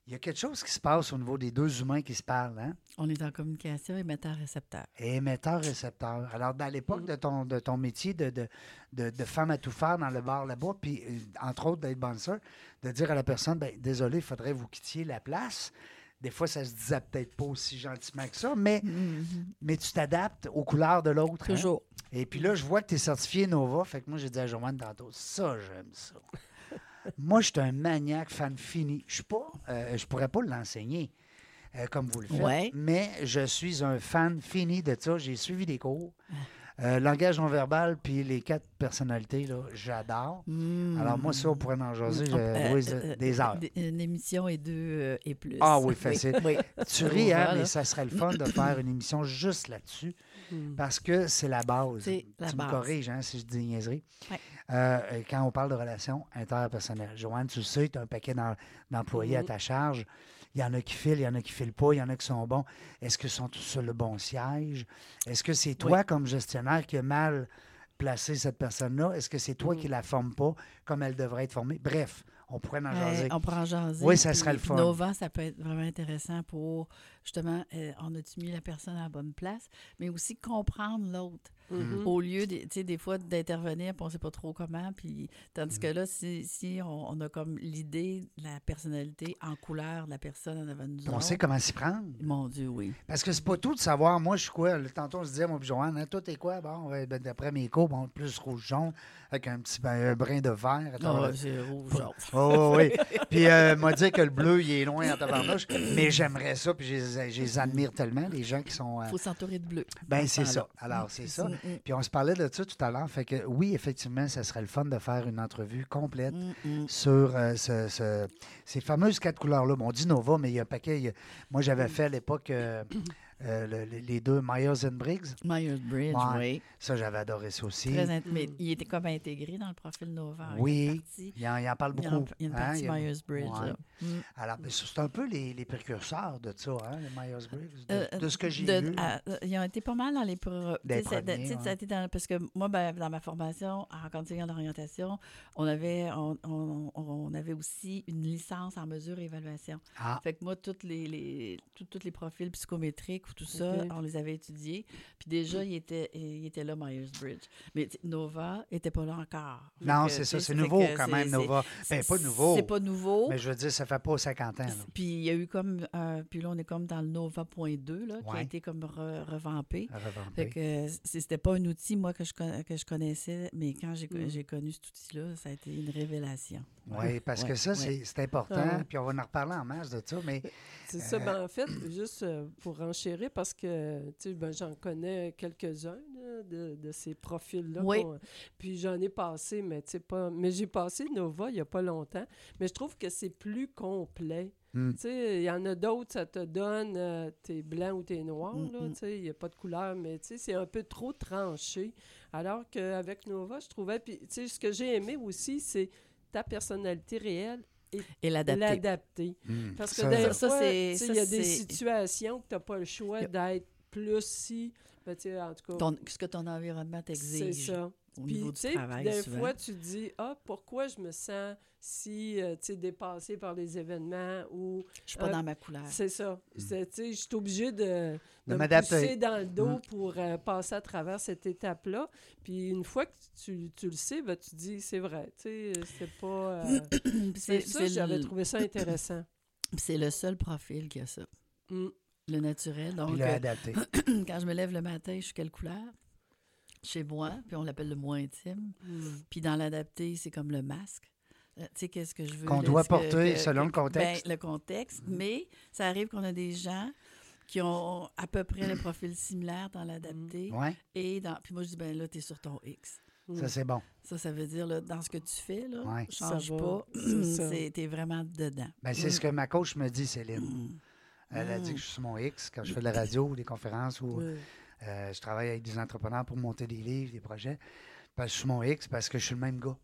il y a quelque chose qui se passe au niveau des deux humains qui se parlent. Hein?
On est en communication émetteur-récepteur.
Émetteur-récepteur. Alors, dans l'époque de ton, de ton métier de, de, de- de femme à tout faire dans le bar là-bas, puis euh, entre autres d'être bouncer, de dire à la personne, ben, désolé, il faudrait vous quittiez la place. Des fois, ça se disait peut-être pas aussi gentiment que ça, mais, mais tu t'adaptes aux couleurs de l'autre. hein.
Toujours.
Et puis là, je vois que tu es certifié Nova. Fait que moi, j'ai dit à Joanne tantôt, ça, j'aime ça. moi, je suis un maniaque fan fini. Je suis pas, euh, je pourrais pas l'enseigner euh, comme vous le faites.
Ouais.
Mais je suis un fan fini de ça. J'ai suivi des cours.
Ah.
Euh, langage non verbal, puis les quatre personnalités, là, j'adore. Alors, moi, ça, on pourrait en jaser,
On-
euh,
Hmm. euh,
Louise,
euh,
des heures.
d- Une émission et deux euh, et plus.
Ah oui, facile.
Oui.
Tu ris, hein,
Voilà.
mais ça serait le fun de faire une émission juste là-dessus parce que c'est la base.
C'est la
tu me
base.
corriges hein, si je dis niaiserie.
Ouais.
Euh, euh, quand on parle de relations interpersonnelles, Joanne, tu le sais, tu as un paquet d'en- d'employés à
Mhm.
ta charge. Il y en a qui filent, il y en a qui filent pas, il y en a qui sont bons. Est-ce qu'ils sont tous sur le bon siège? Est-ce que c'est toi, comme gestionnaire, qui a mal placé cette personne-là? Est-ce que c'est
Mm.
toi qui la forme pas comme elle devrait être formée? Bref, on pourrait en jaser.
Ouais, Euh, on prend jaser.
Oui, ça
puis-
serait le
puis
fun.
Nova, ça peut être vraiment intéressant pour, justement, euh, on a-tu mis la personne à la bonne place, mais aussi comprendre l'autre.
Mhm.
Au lieu, des- tu sais, des fois, d'intervenir, puis on ne sait pas trop comment. Puis, tandis que là, si, si on, on a comme l'idée de la personnalité en couleur de la personne en avant de nous
On
autres,
sait comment s'y prendre.
Mon Dieu, oui.
Parce que c'est pas tout de savoir, moi, je suis quoi. Le- Tantôt, on se disait, moi, puis Joanne, hein, toi, t'es quoi? Bon, ouais, ben, d'après mes cours, bon, plus rouge-jaune, avec un petit ben, un brin de vert. à
Ah,
travers-
ouais, c'est rouge. jaune.
Oh, oui, oui. Puis, euh, m'a dit que le bleu, il est loin en tabarnouche. Mais j'aimerais ça, puis je les- je les admire tellement, les gens qui sont. euh,
faut s'entourer de bleu.
ben,
dans
c'est
ce
ça.
temps-là.
Alors, c'est ça.
Mm, mm,
Puis, on se parlait de ça tout à l'heure. Fait que, oui, effectivement, ça serait le fun de faire une entrevue complète
mm, mm.
sur euh, ce- ce- ces fameuses quatre couleurs-là. Bon, on dit Nova, mais il y a un paquet. il y a- Moi, j'avais fait à l'époque euh, euh, le- le- les deux Myers and Briggs.
Myers-Bridge,
Ouais.
oui.
Ça, j'avais adoré ça aussi.
Très int- mais il était comme intégré dans le profil Nova. hein,
Oui.
Il y a une partie-
Il en, il en parle
il y a une-
beaucoup.
il y a une
hein,
partie
il y a-
Myers-Briggs.
Ouais.
là. Mm.
Alors, ben, c'est un peu les, les précurseurs de ça, hein, les Myers-Briggs, de,
Euh,
de ce que j'ai
de-
lu.
à- euh, ils ont été pas mal dans les, pro-
Des
tu sais, ça- de-
premiers,
tu sais,
ouais.
ça a été dans- parce que moi, ben, dans ma formation en continuant l'orientation, on avait, on, on- on avait aussi une licence en mesure et évaluation.
Ah,
Fait que moi, toutes les, les, tout- tous les profils psychométriques ou tout ça,
Ok.
on les avait étudiés. Puis déjà, il était, il était là, Myers-Bridge. Mais tu sais, Nova était pas là encore. Fait
non,
que,
c'est
tu
ça,
sais,
c'est
fait
nouveau
que
quand
c'est-
même,
c'est-
Nova. Ben,
c'est-
pas nouveau,
C'est pas nouveau.
mais je veux dire, ça fait pas 50 ans. là.
Puis il y a eu comme, euh, puis là, on est comme dans le Nova.2, là, qui a
Ouais. Ah,
été comme re- revampé.
À
Fait
revamper.
que euh, c- c'était pas un outil, moi, que je, con- que je connaissais, mais quand j'ai
Mm.
j'ai connu cet outil-là, ça a été une révélation.
Oui, parce que
Ouais,
ça,
ouais.
c'est- c'est important,
Ah ouais.
puis on va en reparler en masse de ça, mais
C'est ça. Ben, en fait, juste euh, pour enchérir, parce que tu sais, ben, j'en connais quelques-uns là, de, de ces profils-là.
Oui.
qu'on- Puis j'en ai passé, mais tu sais pas. Mais j'ai passé Nova il n'y a pas longtemps. Mais je trouve que c'est plus complet.
Hmm.
Tu sais, il y en a d'autres, ça te donne euh, t'es blanc ou t'es noir,
Mm,
là,
mm.
tu sais, il n'y a pas de couleur, mais tu sais, c'est un peu trop tranché. Alors qu'avec Nova, je trouvais, puis tu sais, ce que j'ai aimé aussi, c'est ta personnalité réelle,
Et l'adapter.
l'adapter.
hum,
Parce que
ça,
des
Ça,
fois,
c'est-
tu sais,
ça,
il y a des
c'est-
situations que tu n'as pas le choix
Yep.
d'être plus si. Ben, tu sais, en tout cas,
Ton- ce que ton environnement
c'est
t'exige
ça.
au
Puis, tu
niveau du
sais,
travail,
des
souvent.
fois, tu dis Ah, pourquoi je me sens si euh, tu sais, dépassée par les événements ou.
Je suis pas
euh,
dans ma couleur.
C'est ça.
Mm.
C'est- tu sais, Je suis obligée de,
De
de me
m'adapter.
pousser dans le dos
Mm.
pour euh, passer à travers cette étape-là. Puis une fois que tu, tu le sais, ben, tu dis C'est vrai. Tu sais, c'est pas. euh,
Puis
c'est
Mm. C'est
ça,
c'est
j'avais
le- Mm.
trouvé ça intéressant.
puis c'est le seul profil qui a ça,
Mm.
le naturel.
puis
Donc,
le
euh,
adapter.
quand je me lève le matin, je suis quelle couleur? Chez moi, puis on l'appelle le moins intime.
Mm.
Puis dans l'adapter, c'est comme le masque. Euh, tu sais, qu'est-ce que je veux?
Qu'on
là,
doit
est-ce que-
porter
que-
selon le
Ben,
contexte. Mm-hmm.
le contexte, mais ça arrive qu'on a des gens qui ont à peu près le profil similaire dans l'adapté.
oui,
Et dans, puis moi, je dis, ben là, tu es sur ton X.
ça, c'est bon.
Ça, ça veut dire, là, dans ce que tu fais, là,
Ouais.
Ça
change
va,
pas.
c'est ça.
Tu es vraiment dedans.
Ben, c'est ce que ma coach me dit, Céline.
Mm.
Elle a dit
Mm.
que je suis sur mon X quand je fais de la radio ou des conférences ou
Ouais.
Euh, je travaille avec des entrepreneurs pour monter des livres, des projets. Parce que je suis mon X, parce que je suis le même gars.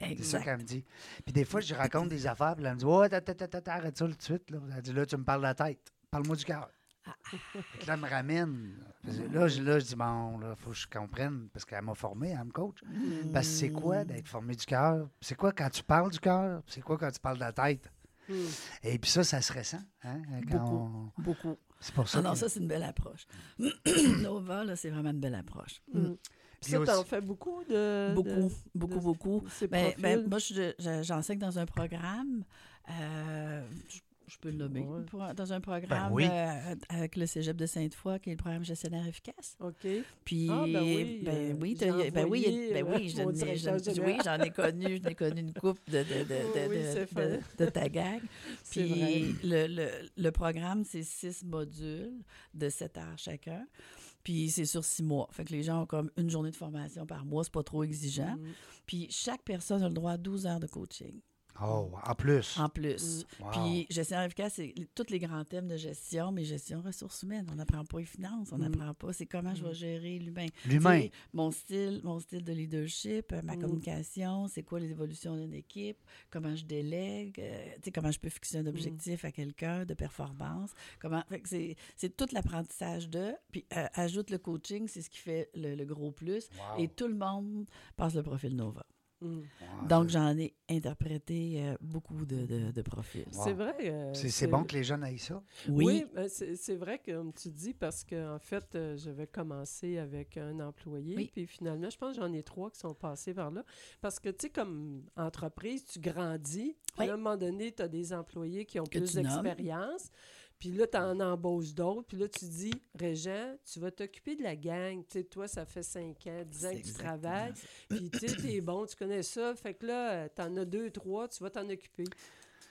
C'est ça
Exact.
qu'elle me dit. Puis des fois, je raconte des affaires, puis elle me dit Ouais, t'as- t'as- t'as- t'as- t'as- arrête ça tout de suite. Là. Elle dit Là, tu me parles de la tête. Parle-moi du cœur.
Ah.
Fait que Là, elle me ramène. Là, je, là, je dis Bon, là, faut que je comprenne, parce qu'elle m'a formé, elle me coach. Parce que c'est quoi
Mm.
d'être formé du cœur C'est quoi quand tu parles du cœur C'est quoi quand tu parles de la tête
Hmm.
Et puis ça, ça se ressent. Hein, quand
Beaucoup.
on-
Beaucoup.
C'est pour ça.
Ah non,
que-
ça, c'est une belle approche. Nova, là, c'est vraiment une belle approche.
Mm.
Puis
Puis ça, t'en
aussi-
fais beaucoup de.
Beaucoup, beaucoup,
de-
beaucoup.
de ces
Ben, ben,
profils.
moi, je- je- j'enseigne dans un programme. euh, je, je peux le nommer.
Ouais. Ben
pour un- Dans un programme
oui.
euh, avec le cégep de Sainte-Foy, qui est le programme gestionnaire efficace.
OK.
Puis,
Ah, ben oui, euh,
ben oui,
j'ai
t'as- y a- ben oui,
envoyé,
y a- ben
euh,
oui, je
mon
n'ai- je-
directeur général.
oui, j'en ai connu, j'en ai connu une coupe de, de, de, de,
Oui,
de-
c'est fun.
de- de ta gang.
C'est
Puis le, le- le programme, c'est six modules de 7 heures chacun. Puis c'est sur six mois. Fait que les gens ont comme une journée de formation par mois, c'est pas trop exigeant.
Mm.
Puis chaque personne a le droit à 12 heures de coaching
Oh, en plus.
en
Mm.
plus.
Wow.
Ah, Puis gestion efficace, c'est les- tous les grands thèmes de gestion, mais gestion ressources humaines. On n'apprend pas les finances, on
Mm.
n'apprend pas c'est comment je vais gérer l'humain. Tu
L'humain.
sais, Mon style, mon style de leadership, euh, ma
Mm.
communication, c'est quoi les évolutions d'une équipe, comment je délègue, euh, tu sais, comment je peux fixer
Mm.
un objectif à quelqu'un de performance. Comment... fait que c'est- C'est tout l'apprentissage de. Puis euh, ajoute le coaching, c'est ce qui fait le, le gros plus.
Wow.
Et tout le monde passe le profil Nova.
Mm.
Wow.
Donc j'en ai interprété euh, beaucoup de, de- de profils.
Wow.
C'est vrai. euh,
C'est- c'est bon que les jeunes aillent ça.
Oui, ben, c'est c'est vrai que comme tu dis, parce que en fait, euh, j'avais commencé avec un employé,
Oui.
puis finalement, je pense que j'en ai trois qui sont passés par là. Parce que, tu sais, comme entreprise, tu grandis, puis
Oui.
là, à un moment donné, tu as des employés qui ont
Que
plus
tu nommes.
d'expérience, puis là, tu en embauches d'autres, puis là, tu dis, Régent, tu vas t'occuper de la gang. Tu sais, toi, ça fait cinq ans, dix ans
C'est
que tu
exactement
travailles,
ça.
puis tu sais, t'es bon, tu connais ça. Fait que là, euh, t'en as deux, trois, tu vas t'en occuper.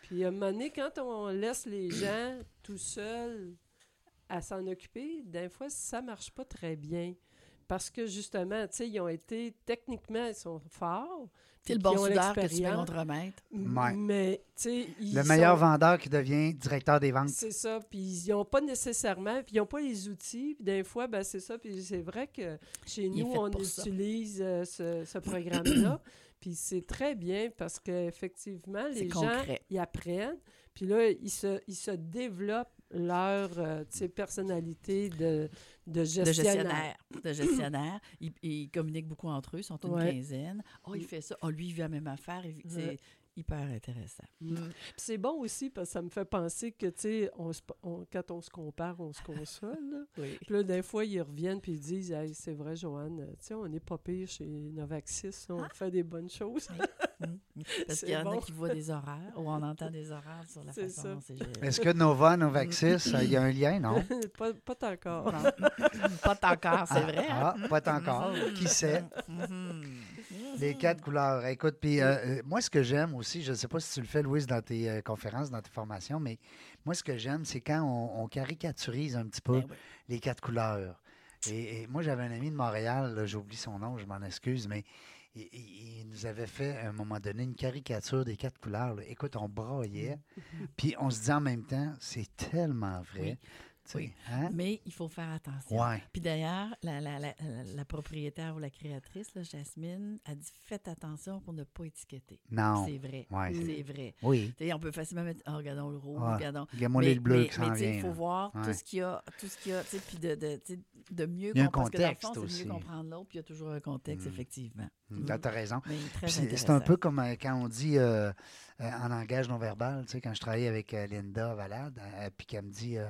Puis à un moment donné, quand on laisse les gens tout seuls à s'en occuper, d'un fois, ça marche pas très bien. Parce que justement, tu sais, ils ont été techniquement, ils sont forts.
C'est le
puis
bon
ils ont
soudeur que tu peux
l'expérience,
contre-maître.
m-
Ouais.
Mais, tu sais, ils
Le meilleur
sont-
vendeur qui devient directeur des
Hum.
ventes.
c'est ça, puis ils n'ont pas nécessairement, puis ils n'ont pas les outils, puis des fois, ben c'est ça, puis c'est vrai que chez
Il est
nous,
fait
on
pour ça.
utilise euh, ce, ce programme-là, puis c'est très bien parce qu'effectivement,
C'est
les gens,
concret.
ils apprennent, puis là, ils se, ils se développent leur euh, tu sais, personnalité de, de
De
gestionnaire.
gestionnaire. De gestionnaire. Ils, ils communiquent beaucoup entre eux, ils sont une
Ouais.
quinzaine. Oh, il fait ça. Oh, lui, il vit la même affaire. Il-
Ouais.
C'est hyper intéressant.
Hum. Puis c'est bon aussi parce que ça me fait penser que, tu sais, on se- on- quand on se compare, on se console. là.
Oui.
Puis là, des fois, ils reviennent puis ils disent Hey, c'est vrai, Joanne, euh, tu sais, on n'est pas pire chez Novaxis, on fait des bonnes choses.
Parce
C'est
qu'il y en
bon.
a qui voient des horaires ou on entend des horaires sur la
C'est
façon
ça.
dont c'est géré.
Est-ce que Nova, Novaxis, il y a un lien, non?
pas, pas encore.
Pas encore, c'est
Ah,
vrai. hein?
Ah, pas tant encore. Qui sait?
Mhm.
Les quatre couleurs. Écoute, puis euh, euh, moi, ce que j'aime aussi, je ne sais pas si tu le fais, Louise, dans tes euh, conférences, dans tes formations, mais moi, ce que j'aime, c'est quand on, on caricaturise un petit peu
Ben oui.
les quatre couleurs. Et, et moi, j'avais un ami de Montréal, là, j'oublie son nom, je m'en excuse, mais il, il- il nous avait fait, à un moment donné, une caricature des quatre couleurs. là. Écoute, on broyait, puis on se dit en même temps, c'est tellement vrai.
Mm-hmm.
Tu
Oui.
sais,
Oui.
hein?
Mais il faut faire attention.
Ouais.
Puis d'ailleurs, la, la- la- la- la propriétaire ou la créatrice, là, Jasmine, a dit faites attention pour ne pas étiqueter.
Non.
C'est vrai.
Ouais, c'est-
c'est vrai.
Oui.
Tu sais, on peut facilement mettre oh, regardons le rouge,
Ouais.
regardons.
Regarde-moi les bleus
mais-
qui
mais
s'en
tu sais,
viennent.
Il faut
là.
voir
Ouais.
tout ce qu'il y a, tout ce qu'il y a, tu sais, puis de, de, tu sais, de mieux
Il y a un
comprendre. parce que dans le
contexte
fond, c'est
aussi.
mieux comprendre l'autre, puis il y a toujours un contexte,
Mm.
effectivement.
Mm, T'as t'as raison.
Mais très
Puis C'est c'est
intéressant.
un peu comme euh, quand on dit euh, euh, en langage non verbal, tu sais, quand je travaillais avec euh, Linda Valade, euh, puis qu'elle me dit euh,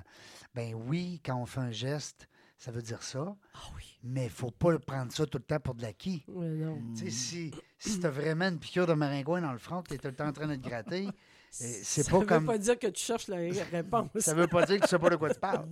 ben oui, quand on fait un geste, ça veut dire ça,
Ah oui.
mais faut pas prendre ça tout le temps pour de l'acquis.
Ouais, non.
Tu sais, si, si t'as vraiment une piqûre de maringouin dans le front, t'es tout le temps en train de te gratter, c'est
ça
pas
veut
comme-
pas dire que tu cherches la réponse.
ça veut pas dire que tu sais pas de quoi tu parles.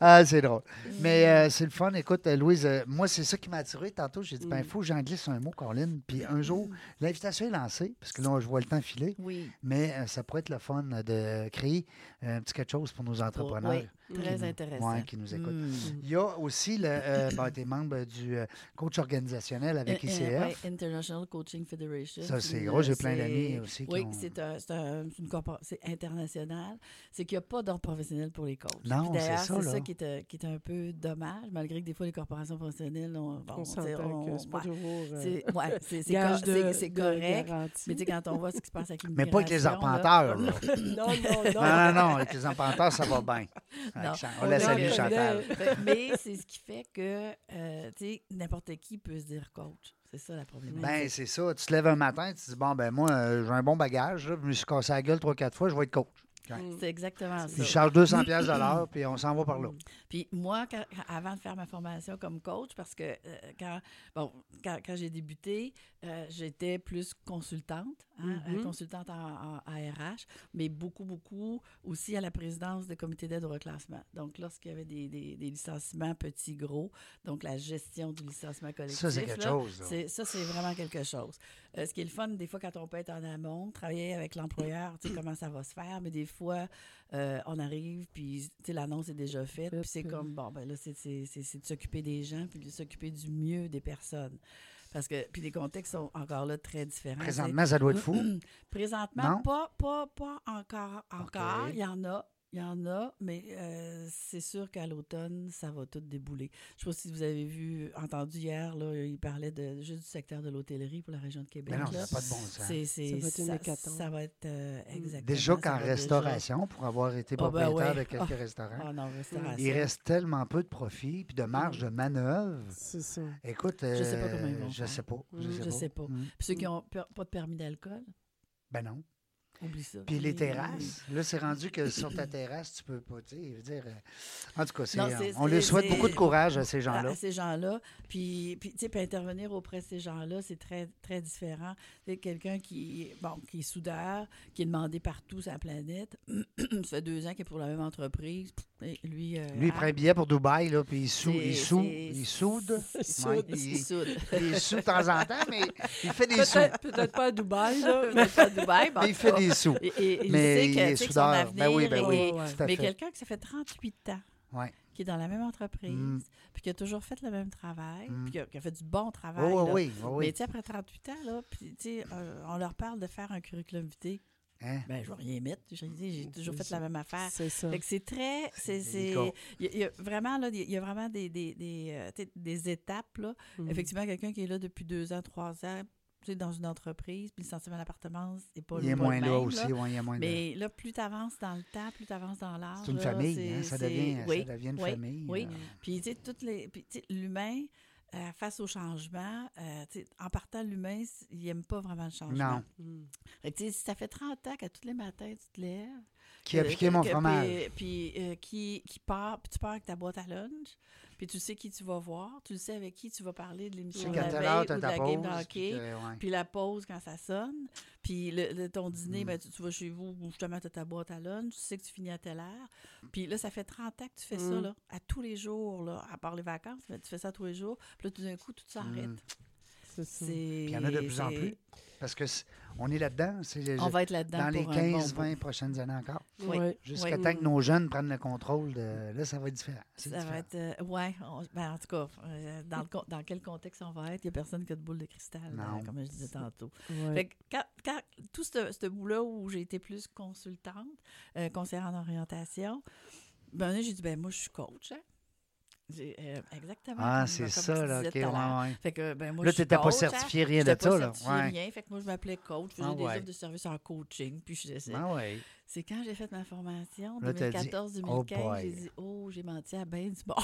Ah, c'est drôle. Mais
Mm.
euh, c'est le fun. Écoute, euh, Louise, euh, moi, c'est ça qui m'a attiré tantôt. J'ai dit,
Mm.
ben, il faut que j'en glisse un mot, Colin. Puis un jour, l'invitation est lancée, parce que là, je vois le temps filer.
Oui,
Mais euh, ça pourrait être le fun euh, de créer un petit quelque chose pour nos entrepreneurs.
Oh, oui,
Mm.
très
nous-
intéressant.
Mm. ouais, qui nous écoutent.
Mm.
ben, Il y a aussi, le, euh, bon, tu es membre du euh, coach organisationnel avec
Euh, euh,
ICF.
ouais, International International Coaching Federation.
Ça, c'est
Puis,
gros.
euh,
J'ai plein d'amis
c'est-
aussi qui
Oui,
ont-
c'est un- c'est un- c'est une corpora- c'est international. C'est qu'il n'y a pas d'ordre professionnel pour les coachs.
Non,
Puis d'ailleurs,
c'est ça,
c'est
là.
ça qui est, euh, qui est un peu dommage, malgré que des fois, les corporations professionnelles, on, bon,
on
tu sais,
s'entend
on-
que c'est pas
ouais,
toujours... euh,
c'est- ouais, c'est- c'est
gage
cor- c'est-
de-
c'est
de
correct.
garantie.
Mais tu sais, quand on voit ce qui se passe avec l'immigration...
Mais pas avec les
là,
arpenteurs. là.
non, non, non.
Non, non, Ah, non, avec les arpenteurs, ça va bien. Avec Chan- On
on
la
est
salue,
en
Chantal.
connaît.
Fait- Mais c'est ce qui fait que, euh, tu sais, n'importe qui peut se dire coach. C'est ça la problématique.
Ben, c'est ça. Tu te lèves un matin, tu te dis, bon, ben moi, euh, j'ai un bon bagage, là, je me suis cassé la gueule trois, quatre fois, je vais être coach.
Mm.
c'est exactement
Puis
ça. Mmh,
je charge 200 pièces de l'heure, puis on s'en va par là.
Puis moi, quand- avant de faire ma formation comme coach, parce que euh, quand, bon, quand, quand j'ai débuté, euh, j'étais plus consultante, hein,
Mhm.
Mm-hmm.
euh, consultante en, en ARH, mais beaucoup, beaucoup aussi à la présidence des comités d'aide au reclassement. Donc, lorsqu'il y avait des, des- des licenciements petits, gros, donc la gestion du licenciement collectif.
Ça, c'est quelque
là,
chose. là.
c'est- ça, c'est vraiment quelque chose. Euh, ce qui est le fun, des fois, quand on peut être en amont, travailler avec l'employeur, tu sais, comment ça va se faire, mais des fois, euh, on arrive, puis tu sais, l'annonce est déjà faite, puis c'est
Fait,
comme, bon, ben là, c'est c'est- c'est- c'est de s'occuper des gens, puis de s'occuper du mieux des personnes. Parce que, puis les contextes sont encore là très différents. tu sais.
Présentement, ça doit être fou.
Présentement,
Non?
pas, pas, pas encore. encore.
Ok.
Il y en a. Il y en a, mais euh, c'est sûr qu'à l'automne, ça va tout débouler. Je ne sais pas si vous avez vu, entendu hier, là, il parlait de, juste du secteur de l'hôtellerie pour la région de Québec.
Mais Ben non,
là.
ça n'a pas de bon sens.
C'est- c'est-
Ça va être une hécatombe. Hmm.
ça va être euh, exactement.
Déjà
ça
qu'en
va déjà-
restauration, pour avoir été
Ah, ben
propriétaire
ouais.
de quelques
Ah.
restaurants,
Ah Mmh. non, restauration.
il reste tellement peu de profit puis de marge de manœuvre.
C'est ça.
Écoute,
Je sais pas
euh,
comment ils vont
Je
faire.
sais pas.
Mm.
Je
Je
sais
sais
pas.
pas.
Mm.
Puis ceux qui n'ont pas de permis d'alcool,
Ben non.
oublie ça.
Puis les
Mais-
terrasses, là, c'est rendu que sur ta terrasse, tu peux pas, tu sais, je veux dire... euh, En tout cas, c'est-
Non, c'est-
on leur
c'est- Ah,
souhaite beaucoup de
c'est-
courage à ces
à-
gens-là.
à ces gens-là. Puis, puis, tu sais, puis intervenir auprès de ces gens-là, c'est très, très différent. Tu sais, Quelqu'un qui, bon, qui est soudeur, qui est demandé partout sur la planète, ça fait deux ans qu'il est pour la même entreprise. Et lui, euh,
Lui, il
ah,
prend un billet pour Dubaï, là, puis il soude, il
c'est-
soude,
c'est-
il soude.
Soude.
Ouais,
il,
il,
soude.
il soude de temps en temps, mais il fait des sous.
Peut-être peut-être pas à Dubaï, là.
Il est pas à Dubaï, mais en
Mais il
tout
fait
cas,
des sous.
et- et- et
Mais
il
il
sait que,
est
tu sais que son
soudeur.
avenir
Ben oui, ben oui,
est-
ouais.
tout à
Mais
fait.
quelqu'un que ça fait 38 ans,
Ouais.
qui est dans la même entreprise,
Mm.
puis qui a toujours fait le même travail,
Mm. Oh,
puis qui a, qui a fait du bon travail.
Oui,
là.
oui, oui,
Mais
oui.
tu sais, après 38 ans, là, puis, tu sais, euh, on leur parle de faire un curriculum vitae.
Hein?
Ben, je vais rien mettre. Je dis, J'ai toujours
C'est
fait
ça.
la même affaire.
C'est ça.
Fait que c'est très.
C'est
c'est- c'est-
délicat.
Il y, a- il y a vraiment, là, il y a vraiment des, des, des, euh, tu sais, des étapes. Là.
Mm.
Effectivement, quelqu'un qui est là depuis deux ans, trois ans, tu sais, dans une entreprise, puis le sentiment d'appartenance n'est pas
Il est
pas
moins
le
là
même,
aussi, ouais, il est moins là.
Mais là, plus tu avances dans le temps, plus tu avances dans l'âge.
C'est une
là,
famille,
c'est-
hein, ça
c'est-
devient, ça
oui.
devient une
oui,
famille.
oui.
euh.
Puis, tu sais, toutes les... puis, tu sais, l'humain, euh, face au changement, euh, tu sais, en partant, l'humain, c- il n'aime pas vraiment le changement.
Non.
Mm.
Fait que, tu sais, si ça fait 30 ans qu'à tous les matins, tu te lèves...
Qui a
que-
piqué mon
que-
fromage.
Puis, puis, euh, qui, qui part, puis tu pars avec ta boîte à lunch, puis tu sais qui tu vas voir, tu le sais avec qui tu vas parler
Tu
de l'émission
sais
de
qu'à
la
telle heure,
veille
t'as
ou de
ta
la game de
pause. puis
hockey.
que, ouais.
Puis la pause quand ça sonne. Puis le, le- ton dîner,
Mm.
ben, tu, tu vas chez vous, ou justement, tu ta boîte à lunch, tu sais que tu finis à telle heure. Puis là, ça fait 30 ans que tu fais ça,
Mm.
là, à tous les jours, là, à part les vacances, mais tu fais ça tous les jours. Puis là, tout d'un coup, tout s'arrête.
Mm.
C'est ça.
C'est-
Puis il y en a de plus en
c'est-
plus. Parce que c'est- on est là-dedans. c'est le-
On va être là-dedans
Dans les
pour un bon
15-20
bout.
prochaines années encore.
Oui.
Ouais.
Jusqu'à
Oui.
temps que nos jeunes prennent le contrôle de. Là, ça va être différent. C'est
Ça va
différent.
être. euh, ouais, on- ben, en tout cas, euh, dans, le, con- dans quel contexte on va être, il n'y a personne qui a de boule de cristal,
Non.
euh, comme je disais tantôt.
Ouais.
Fait que quand, quand- tout ce, ce bout-là où j'ai été plus consultante, euh, conseillère en orientation, ben, un moment donné, j'ai dit, ben moi, je suis coach. hein. J'ai, euh, exactement.
Ah,
comme-
c'est
comme
ça,
tu
là.
disais
OK,
tout à l'heure.
ouais, ouais.
Fait que, ben, moi,
Là,
je suis
t'étais pas
coach, hein.
certifié, rien de
J'étais
ça,
pas
là.
certifiée,
Ouais.
rien. Fait que moi, je m'appelais coach. Je faisais
Ah,
des
ouais.
offres de services en coaching. Puis, je faisais-
Ah, ouais.
c'est quand j'ai fait ma formation,
Là, t'as dit,
2014-2015,
Oh boy.
j'ai dit, oh, j'ai menti à ben du bon.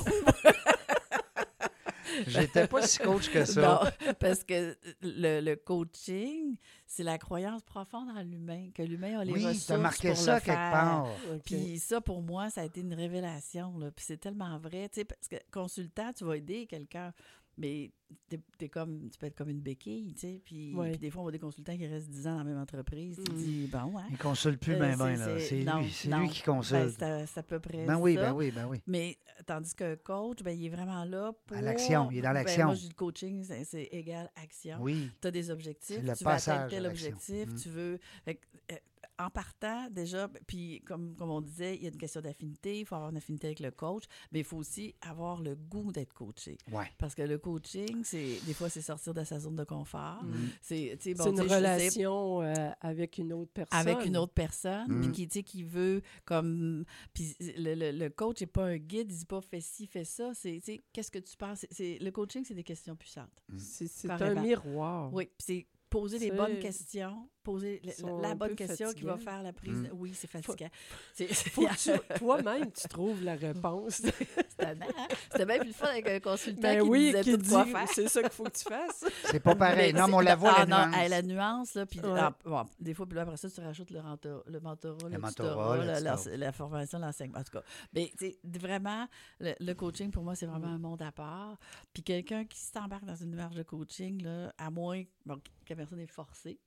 J'étais pas si coach que ça.
Non, parce que le, le coaching, c'est la croyance profonde en l'humain, que l'humain a les
oui,
ressources
t'as marqué
pour
ça
le
quelque
faire.
part.
OK.
Puis ça, pour moi, ça a été une révélation. Là. Puis c'est tellement vrai, tu sais, parce que consultant, tu vas aider quelqu'un, mais t'es, t'es comme, tu peux être comme une béquille, tu sais. Puis,
Ouais.
puis des fois, on voit des consultants qui restent 10 ans dans la même entreprise. Tu
Mm.
dis, bon, hein,
Il consulte plus,
Euh,
ben,
c'est-
ben, là.
c'est-
C'est
non,
lui. C'est
non.
lui qui
ben,
consulte.
c'est, à, c'est à peu près
Ben oui,
ça.
ben oui, ben oui.
Mais euh, tandis qu'un coach, ben, il est vraiment là pour...
l'action, il est dans
Ben,
l'action.
moi, je dis le coaching, c'est, c'est égal action.
Oui.
tu as des
C'est
objectifs,
le
tu veux
passage
atteindre
à
tel
l'action.
objectif,
Mm.
tu veux... fait que, euh, en partant, déjà, ben, puis comme, comme on disait, il y a une question d'affinité, il faut avoir une affinité avec le coach, mais il faut aussi avoir le goût d'être coaché.
Ouais.
Parce que le coaching, c'est des fois, c'est sortir de sa zone de confort.
Mhm.
C'est tu sais, bon,
C'est une
tu sais, je sais,
relation euh, avec une autre personne.
avec une autre personne, puis
Mhm.
qui, tu sais, qui veut comme... Puis le, le- le coach n'est pas un guide, il dit pas « fais ci, fais ça », c'est, tu sais, qu'est-ce que tu penses? C'est- c'est- le coaching, c'est des questions puissantes.
C'est c'est un
Carrément.
miroir.
Oui, puis c'est poser les
C'est-
bonnes questions, poser la-
Ils sont
la
un
bonne
peu
question qui va
fatigants.
faire la prise.
Mhm.
Oui, c'est fatigant. C'est, c'est-
Faut que tu- toi-même, tu trouves la réponse.
C'était bien, hein? C'était bien plus le fun avec un consultant
Ben
qui
oui,
disait
qui
tout
dit,
quoi faire.
c'est ça qu'il faut que tu fasses.
C'est pas pareil. non, mais on la voit, la
Ah non,
nuance.
hey, la nuance, là, puis
Ouais.
ah, bon, des fois, puis là, après ça, tu rajoutes le, renta- le mentorat, le,
mentorat,
tutorat,
le
la, la-
tutorat.
la formation, l'enseignement, en tout cas. Mais tu sais, vraiment, le, le coaching, pour moi, c'est vraiment un monde à part. Puis quelqu'un qui s'embarque dans une démarche de coaching, là, à moins bon, que la personne est forcée,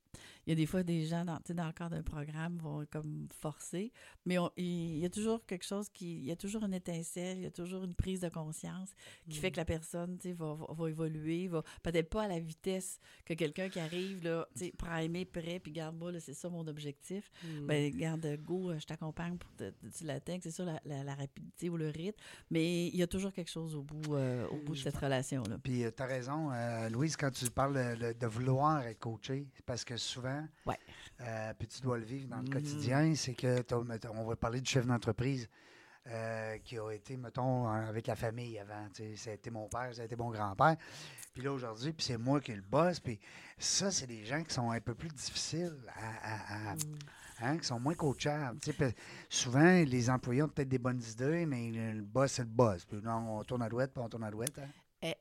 il y a des fois des gens, dans, tu sais, dans le cadre d'un programme, vont comme forcer, mais on- il y a toujours quelque chose qui... Il y a toujours une étincelle, il y a toujours une prise de conscience qui fait que la personne tu sais, va, va, va évoluer, va peut-être pas à la vitesse que quelqu'un qui arrive, là, tu sais, primé, prêt, puis garde-moi, là, c'est ça mon objectif.
Hmm.
Ben, garde, go, euh, je t'accompagne pour que tu- tu l'atteignes. C'est ça la, la- la rapidité ou le rythme. Mais il y a toujours quelque chose au bout, euh, au bout de cette relation-là.
Puis tu as raison, euh, Louise, quand tu parles euh, le- de, vouloir être coaché, c'est parce que souvent,
Ouais.
euh, puis tu dois le vivre dans le
Mhm.
quotidien, c'est que, t'as- mettons, on va parler du chef d'entreprise euh, qui a été, mettons, euh, avec la famille avant. tu sais, Ça a été mon père, ça a été mon grand-père. Puis là, aujourd'hui, puis c'est moi qui est le boss. Puis ça, c'est des gens qui sont un peu plus difficiles à- à- à hein, qui sont moins coachables. Tu sais, pe- souvent, les employés ont peut-être des bonnes idées, mais le, le boss, c'est le boss. Puis non, on tourne à droite, puis on tourne à droite. hein.
Eh,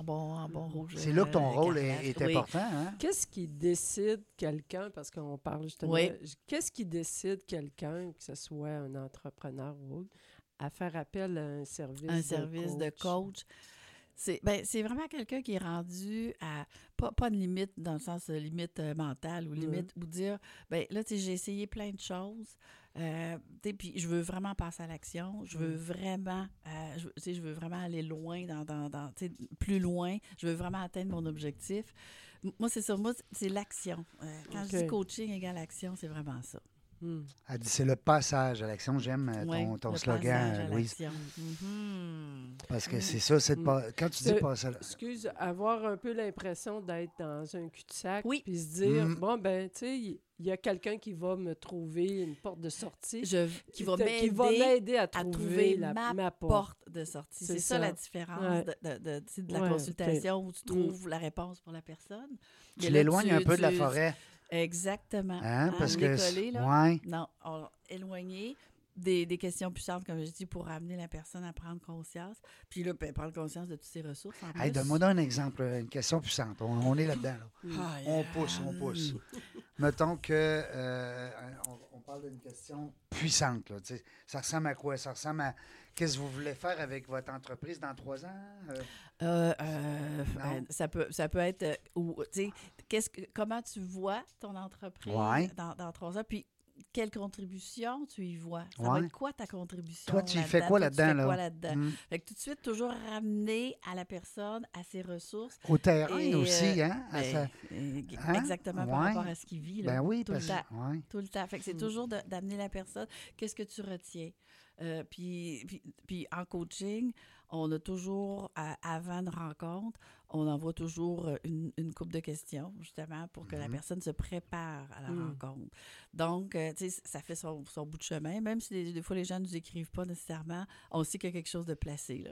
En bon, en bon rouge.
C'est là que ton
euh,
rôle est,
écarlate.
est
Oui.
important. Hein?
Qu'est-ce qui décide quelqu'un, parce qu'on parle justement,
Oui.
qu'est-ce qui décide quelqu'un, que ce soit un entrepreneur ou autre, à faire appel à un service
un service de coach. C'est ben, c'est vraiment quelqu'un qui est rendu à pas, pas une limite dans le sens euh, limite euh, mentale ou
Ouais.
limite ou dire ben là tu sais, j'ai essayé plein de choses euh, tu sais, puis je veux vraiment passer à l'action je veux
Mm.
vraiment euh, je, veux- tu sais, je veux vraiment aller loin dans, dans, dans- tu sais, plus loin je veux vraiment atteindre mon objectif M- moi c'est ça moi c'est- c'est l'action Euh, quand je dis
Ok.
coaching égale action c'est vraiment ça
Hmm.
Elle dit c'est le passage à l'action. J'aime euh,
Ouais,
ton, ton
le passage à
slogan, euh, Louise.
l'action. Mhm.
Parce que
Mm.
c'est ça, c'est de
Mm.
pas- quand tu dis
C'est-
passer à la-
Excuse, avoir un peu l'impression d'être dans un cul-de-sac,
Oui.
puis se dire,
Mhm.
bon, ben, tu sais, il y a quelqu'un qui va me trouver une porte de sortie,
Je, qui va
te- qui va
m'aider
m'aider à
à
trouver,
trouver
la,
ma
porte.
porte de sortie.
C'est
C'est ça,
ça.
la différence
Ouais.
de, de- de- tu sais, de la
Ouais,
consultation où tu trouves la réponse pour la personne. Mais
Tu
là,
l'éloignes un peu de la
tu-
forêt.
Exactement.
Hein?
Ah,
Parce
on
que.
est
c'est-
collé, là.
Ouais.
Non, on- éloigner des, des questions puissantes, comme je dis, pour amener la personne à prendre conscience. Puis là, ben, prendre conscience de toutes ses ressources. En
Hey,
plus.
Donne-moi donc un exemple, une question puissante. On, on est là-dedans. là.
Aïe,
On pousse,
euh,
on pousse. Mettons que euh, on, on parle d'une question puissante. Là, tu sais. ça ressemble à quoi? Ça ressemble à qu'est-ce que vous voulez faire avec votre entreprise dans trois ans? Euh,
Euh, euh, ben,
Non.
ça, peut, ça peut être. euh, ou, tu sais, qu'est-ce que- comment tu vois ton entreprise
Ouais.
dans, dans trois ans? Puis, quelle contribution tu y vois? Ça va
Ouais.
être quoi ta contribution?
Toi, tu y
là-dedans?
fais quoi
Toi, tu fais
là-dedans, là?
quoi là-dedans?
Mm.
Fait que tout de suite, toujours ramener à la personne, à ses ressources.
Au terrain
Et, euh,
aussi, hein? à
Ben,
sa-
euh,
Hein?
Exactement par
Ouais.
rapport à ce qu'il vit. là,
Ben oui,
tout le
parce
temps.
que. ouais.
Tout le temps. Fait que c'est
Mm.
toujours de- d'amener la personne. Qu'est-ce que tu retiens? Euh, puis, puis, puis en coaching, on a toujours, à- avant une rencontre, on envoie toujours euh, une, une coupe de questions, justement, pour que la
Mhm.
personne se prépare à la
Mm.
rencontre. Donc, euh, tu sais, ça fait son, son bout de chemin, même si des, des fois les gens ne nous écrivent pas nécessairement, on sait qu'il y a quelque chose de placé, là.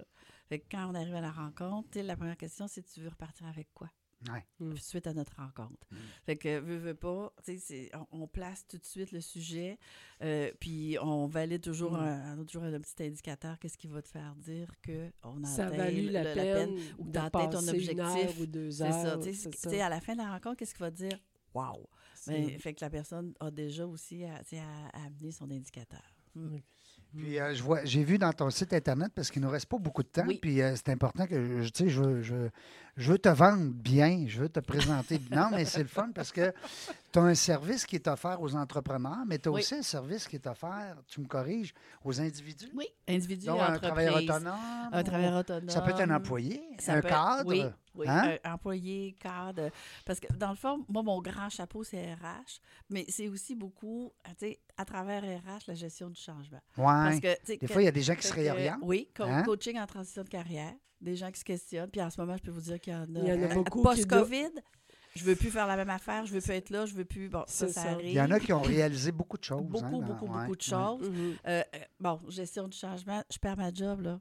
Fait que quand on arrive à la rencontre, tu sais, la première question, c'est tu veux repartir avec quoi?
Ouais.
Mm.
suite à notre rencontre. Fait que, veux, veux pas, tu sais, c'est- on, on place tout de suite le sujet, euh, puis on valide toujours,
Mm.
un, un- toujours un petit indicateur, qu'est-ce qui va te faire dire que on a
Ça
atteint
valut
le-
la, peine,
ou que
de
t'as atteint ton
passer une heure
objectif.
ou deux
C'est ça,
heures.
tu sais, tu sais, à la fin de la rencontre, qu'est-ce qui va te dire? Wow!
C'est-
Ben, fait que la personne a déjà aussi à, tu sais, à- à amener son indicateur.
Puis euh, je vois, j'ai vu dans ton site internet parce qu'il nous reste pas beaucoup de temps.
Oui.
Puis euh, c'est important que je, tu sais, je, veux- je, je veux te vendre bien, je veux te présenter. non, mais c'est le fun parce que tu as un service qui est offert aux entrepreneurs, mais tu as
Oui.
aussi un service qui est offert, tu me corriges, aux individus.
Oui, individu,
Donc, un
entreprise,
travailleur autonome.
un travailleur autonome.
Ça peut être un employé,
Ça
un
peut être-
cadre.
Oui, oui,
hein?
un employé, cadre. Parce que, dans le fond, moi, mon grand chapeau, c'est RH, mais c'est aussi beaucoup, euh, tu sais, à travers RH, la gestion du changement. Parce
Ouais.
que, tu sais,
Des
que-
fois, il y a des gens qui
fait
se
que,
réorientent.
Oui, co-
Hein?
coaching en transition de carrière, des gens qui se questionnent. Puis en ce moment, je peux vous dire qu'il y en
Il
a.
y en a
euh,
beaucoup qui
Post-COVID, je veux plus faire la même affaire, je veux plus être là, je veux plus. Bon, ça,
C'est
ça,
ça.
arrive.
Il y en a qui ont réalisé beaucoup de choses. hein,
Beaucoup,
dans-
beaucoup,
ouais,
beaucoup
ouais.
de choses.
Mhm.
Euh, euh, bon, gestion du changement, je perds ma job, là.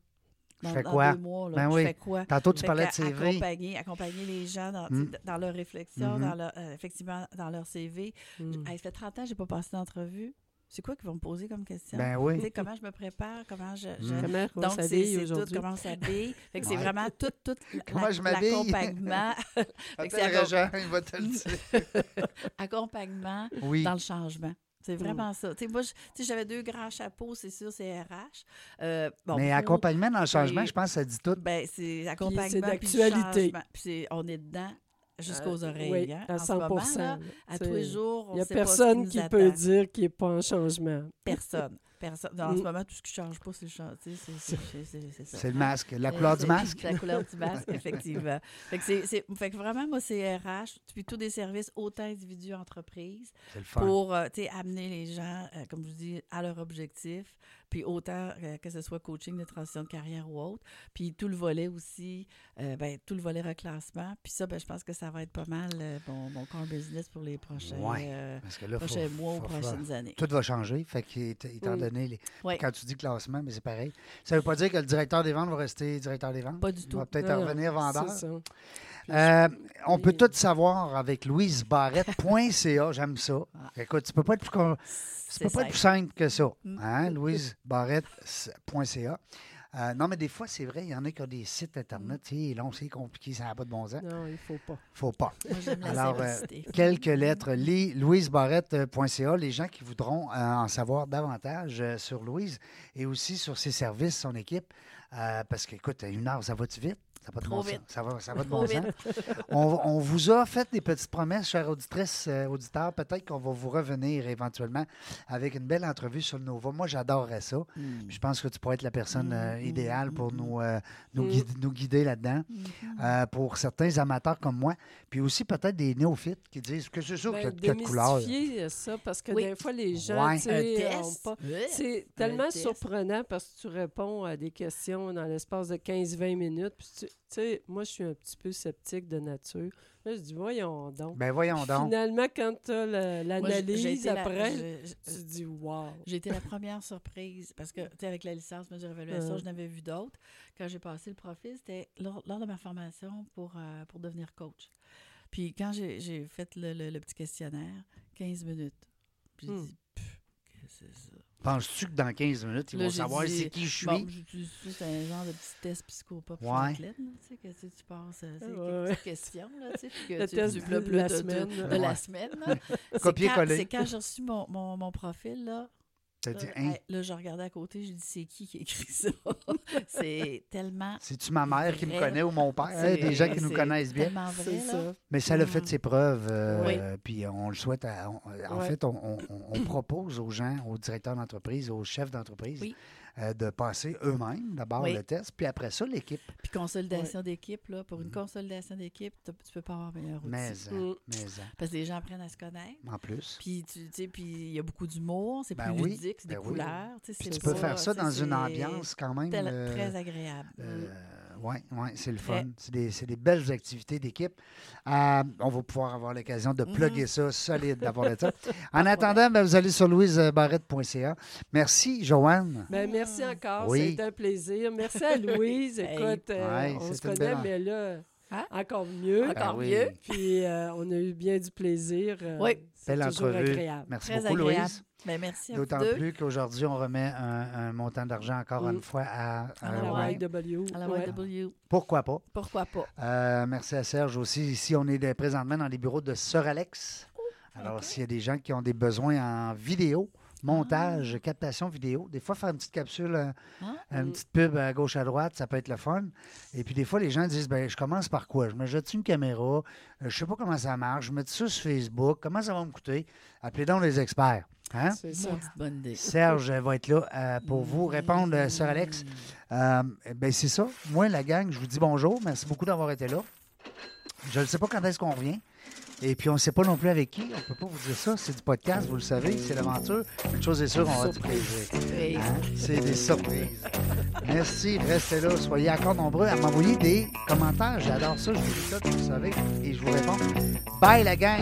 Je
Dans-
fais
dans
quoi?
deux mois, là.
Ben
je
oui.
fais quoi?
Tantôt, tu
Fait
parlais
qu'à-
de CV.
Accompagner, accompagner les gens dans,
Mm.
tu sais, dans leur réflexion,
Mhm.
dans leur, euh, effectivement, dans leur CV.
Hmm.
Mhm.
Hey, ça fait 30 ans que je n'ai pas passé d'entrevue. C'est quoi qu'ils vont me poser comme question?
Ben
Tu
oui.
sais, comment je me prépare? Comment je. je-
Mm.
Comment on
Donc, c'est-
s'habille
c'est tout
aujourd'hui?
comment on s'habille. Fait que c'est
Ouais.
vraiment tout, tout la-
Comment je m'habille?
l'accompagnement, Fait que c'est
Appelle
à
Régent, il va te le dire.
accompagnement
Oui. Hmm.
dans le changement. C'est vraiment ça. Tu sais, moi, je- tu sais, j'avais deux grands chapeaux, c'est sûr, c'est RH. Euh, bon,
mais
pour-
accompagnement dans le changement,
et-
je pense que ça dit tout.
Ben, c'est accompagnement. puis
d'actualité.
changement. Puis c'est- on est dedans jusqu'aux
Euh,
oreilles.
oui,
hein,
à
en
100
ce moment, là.
là.
à
Tu
tous les
sais,
jours, on
Il n'y a
sait pas ce
personne
nous
qui
attend.
peut dire qu'il n'est pas en changement.
Personne. Personne. En
Mm.
ce moment, tout ce qui ne change pas, c'est le change. tu sais, c'est- c'est- c'est- c'est ça.
C'est le masque, la
Euh,
couleur du
c'est-
masque.
La couleur du masque, effectivement. Fait que, c'est- c'est- fait que vraiment, moi, c'est RH, puis tous des services, autant individus, entreprises,
C'est le fun.
pour euh, tu sais, amener les gens, euh, comme je vous dis, à leur objectif, puis autant euh, que ce soit coaching de transition de carrière ou autre, puis tout le volet aussi, euh, ben, tout le volet reclassement, puis ça, ben, je pense que ça va être pas mal euh, mon, mon core business pour les prochains,
Ouais.
euh,
Parce que là, faut-
prochains mois ou
faut faire-
prochaines années.
Tout va changer, fait qu'étant étant
Mm.
donné les-
Ouais.
quand tu dis classement, mais c'est pareil. Ça ne veut pas dire que le directeur des ventes va rester directeur des ventes.
Pas du
Il
tout.
va peut-être
Non, non,
revenir vendeur.
C'est ça.
Euh, on peut
Et-
tout savoir avec louisebarrette.ca. J'aime ça. Écoute, tu peux pas être plus, con- tu
Ah. C'est
peux pas être
simple.
plus simple que ça.
Mm.
Hein? louisebarrette.ca. Euh, non, mais des fois, c'est vrai, il y en a qui ont des sites Internet. C'est long, c'est compliqué, ça n'a pas de bon sens.
Non, il ne faut pas.
faut pas.
Moi, j'aime la
Alors, euh,
simplicité.
quelques lettres. euh, Lis louisebarrette.ca. Les gens qui voudront euh, en savoir davantage euh, sur Louise et aussi sur ses services, son équipe. Euh, parce que, écoute, une heure, ça va-tu vite? Ça va de
Trop
bon
vite.
sens. Ça va, ça va de
Trop
bon sens. On, on vous a fait des petites promesses, chères auditrices, euh, auditeurs. Peut-être qu'on va vous revenir éventuellement avec une belle entrevue sur le Nova. Moi, j'adorerais ça.
Mm.
Je pense que tu pourrais être la personne euh,
Mhm,
idéale pour
mhm.
nous, euh, nous,
Mm.
guider,
Mm-hmm.
nous guider là-dedans. Euh, pour certains amateurs comme moi, puis aussi peut-être des néophytes qui disent que c'est sûr que
Ben,
t'as de quatre couleurs.
démystifier ça, parce que
Oui.
des fois, les gens,
Ouais.
tu
Un
sais, ont
test.
pas...
Ouais.
C'est tellement
test.
surprenant parce que tu réponds à des questions dans l'espace de 15-20 minutes. Puis tu tu sais, moi, je suis un petit peu sceptique de nature. Là, je dis, voyons donc.
Ben voyons donc.
Finalement, quand tu as
Moi, j'ai- j'ai
l'analyse
été la-
après,
je- je-
tu dis, wow.
J'ai été la première surprise parce que, tu sais, avec la licence mesure évaluation,
Euh.
je n'avais vu d'autres. Quand j'ai passé le profil, c'était lors, lors de ma formation pour, euh, pour devenir coach. Puis quand j'ai j'ai fait le, le- le petit questionnaire, 15 minutes. Puis j'ai
Hmm.
dit, Pff, qu'est-ce que c'est ça?
Penses-tu que dans 15 minutes, ils
Là,
vont
j'ai
savoir
dit,
c'est qui je suis?
Bon, je- je- je- c'est un genre de petit test psychopop
Ouais.
athlète, là, tu sais, que tu, tu passes euh, tu sais,
Ouais,
quelques
ouais.
petites questions, là, tu sais, puis que
Le
tu,
test
tu
de
pleures
la
de- de-
semaine,
de,
là.
Ouais.
la semaine, là. C'est
Copier-coller.
quand- C'est quand j'ai reçu mon, mon, mon profil, là,
T'as
Là,
dit,
Euh, hey,
hein,
là, je regardais à côté, j'ai dit, c'est qui qui a écrit ça? c'est tellement.
c'est-tu ma mère qui me
vrai.
connaît ou mon père? Hein, des
c'est-
gens qui nous
c'est
connaissent bien.
tellement vrai,
C'est
là.
ça.
Mais ça l'a
Mm.
fait ses preuves. euh, Puis on le souhaite. à- on- en
Ouais.
fait, on, on- on propose aux gens, aux directeurs d'entreprise, aux chefs d'entreprise,
Oui.
euh, de passer eux-mêmes d'abord
Oui.
le test, puis après ça, l'équipe.
Puis consolidation d'équipe, là. Pour une consolidation d'équipe, t'as- tu peux pas avoir meilleur outil.
Mm. Mais,
Mm.
euh, mais, euh,
Parce que les gens apprennent à se connaître.
en plus.
Puis, tu tu sais, puis il y a beaucoup d'humour, c'est
Ben
plus
oui,
ludique, c'est
ben
des
oui.
couleurs. Tu, sais,
Puis
c'est
tu peux
pas-
faire ça
tu sais,
dans une
c'est
ambiance quand même.
tel-
euh,
Très agréable.
oui, ouais, c'est le
Très.
fun. C'est des, c'est des belles activités d'équipe. Euh, on va pouvoir avoir l'occasion
Mm-hmm.
de plugger ça solide d'avoir le temps. En attendant, ben, vous allez sur louisebarrette.ca. Merci, Joanne.
Ben,
Ah.
merci encore,
Oui.
c'était un plaisir. Merci à Louise.
Hey.
Écoute, euh,
Ouais,
on se
c'est une
connaît,
belle-
mais là,
Hein?
encore mieux.
Encore
Ah oui.
mieux.
Puis euh, on a eu bien du plaisir. euh,
Oui.
C'est
Belle
toujours
entrevue.
agréable.
Merci
Très
beaucoup,
agréable.
Louise.
Ben, merci à vous
D'autant
deux.
plus qu'aujourd'hui, on remet un, un montant d'argent encore
Mm.
une fois à,
À
euh,
la
ouais.
Wine.
YW.
À la
Ouais.
YW.
Pourquoi pas?
Pourquoi pas?
Euh, merci à Serge aussi. Ici, on est de- présentement dans les bureaux de Sœur Alex. Alors,
Oh, ok.
s'il y a des gens qui ont des besoins en vidéo, montage, captation vidéo. Des fois, faire une petite capsule, euh,
Ah.
une
Mm.
petite pub à gauche, à droite, ça peut être le fun. Et puis, des fois, les gens disent ben, Je commence par quoi Je me jette une caméra, euh, je sais pas comment ça marche, je mets ça sur Facebook, comment ça va me coûter Appelez donc les experts. Hein?
C'est ça.
Maudite bonne idée.
Serge euh, va être là euh, pour vous répondre, euh, Sir Alex. Euh, ben, c'est ça. Moi, la gang, je vous dis bonjour. Merci beaucoup d'avoir été là. Je ne sais pas quand est-ce qu'on revient. Et puis, on ne sait pas non plus avec qui. On ne peut pas vous dire ça. C'est du podcast, vous le savez. C'est l'aventure. Une chose est sûre, on va du plaisir.
Oui.
Hein? C'est des surprises. Merci. Restez là. Soyez encore nombreux à m'envoyer des commentaires. J'adore ça. Je vous dis ça, vous le savez. Et je vous réponds. Bye, la gang.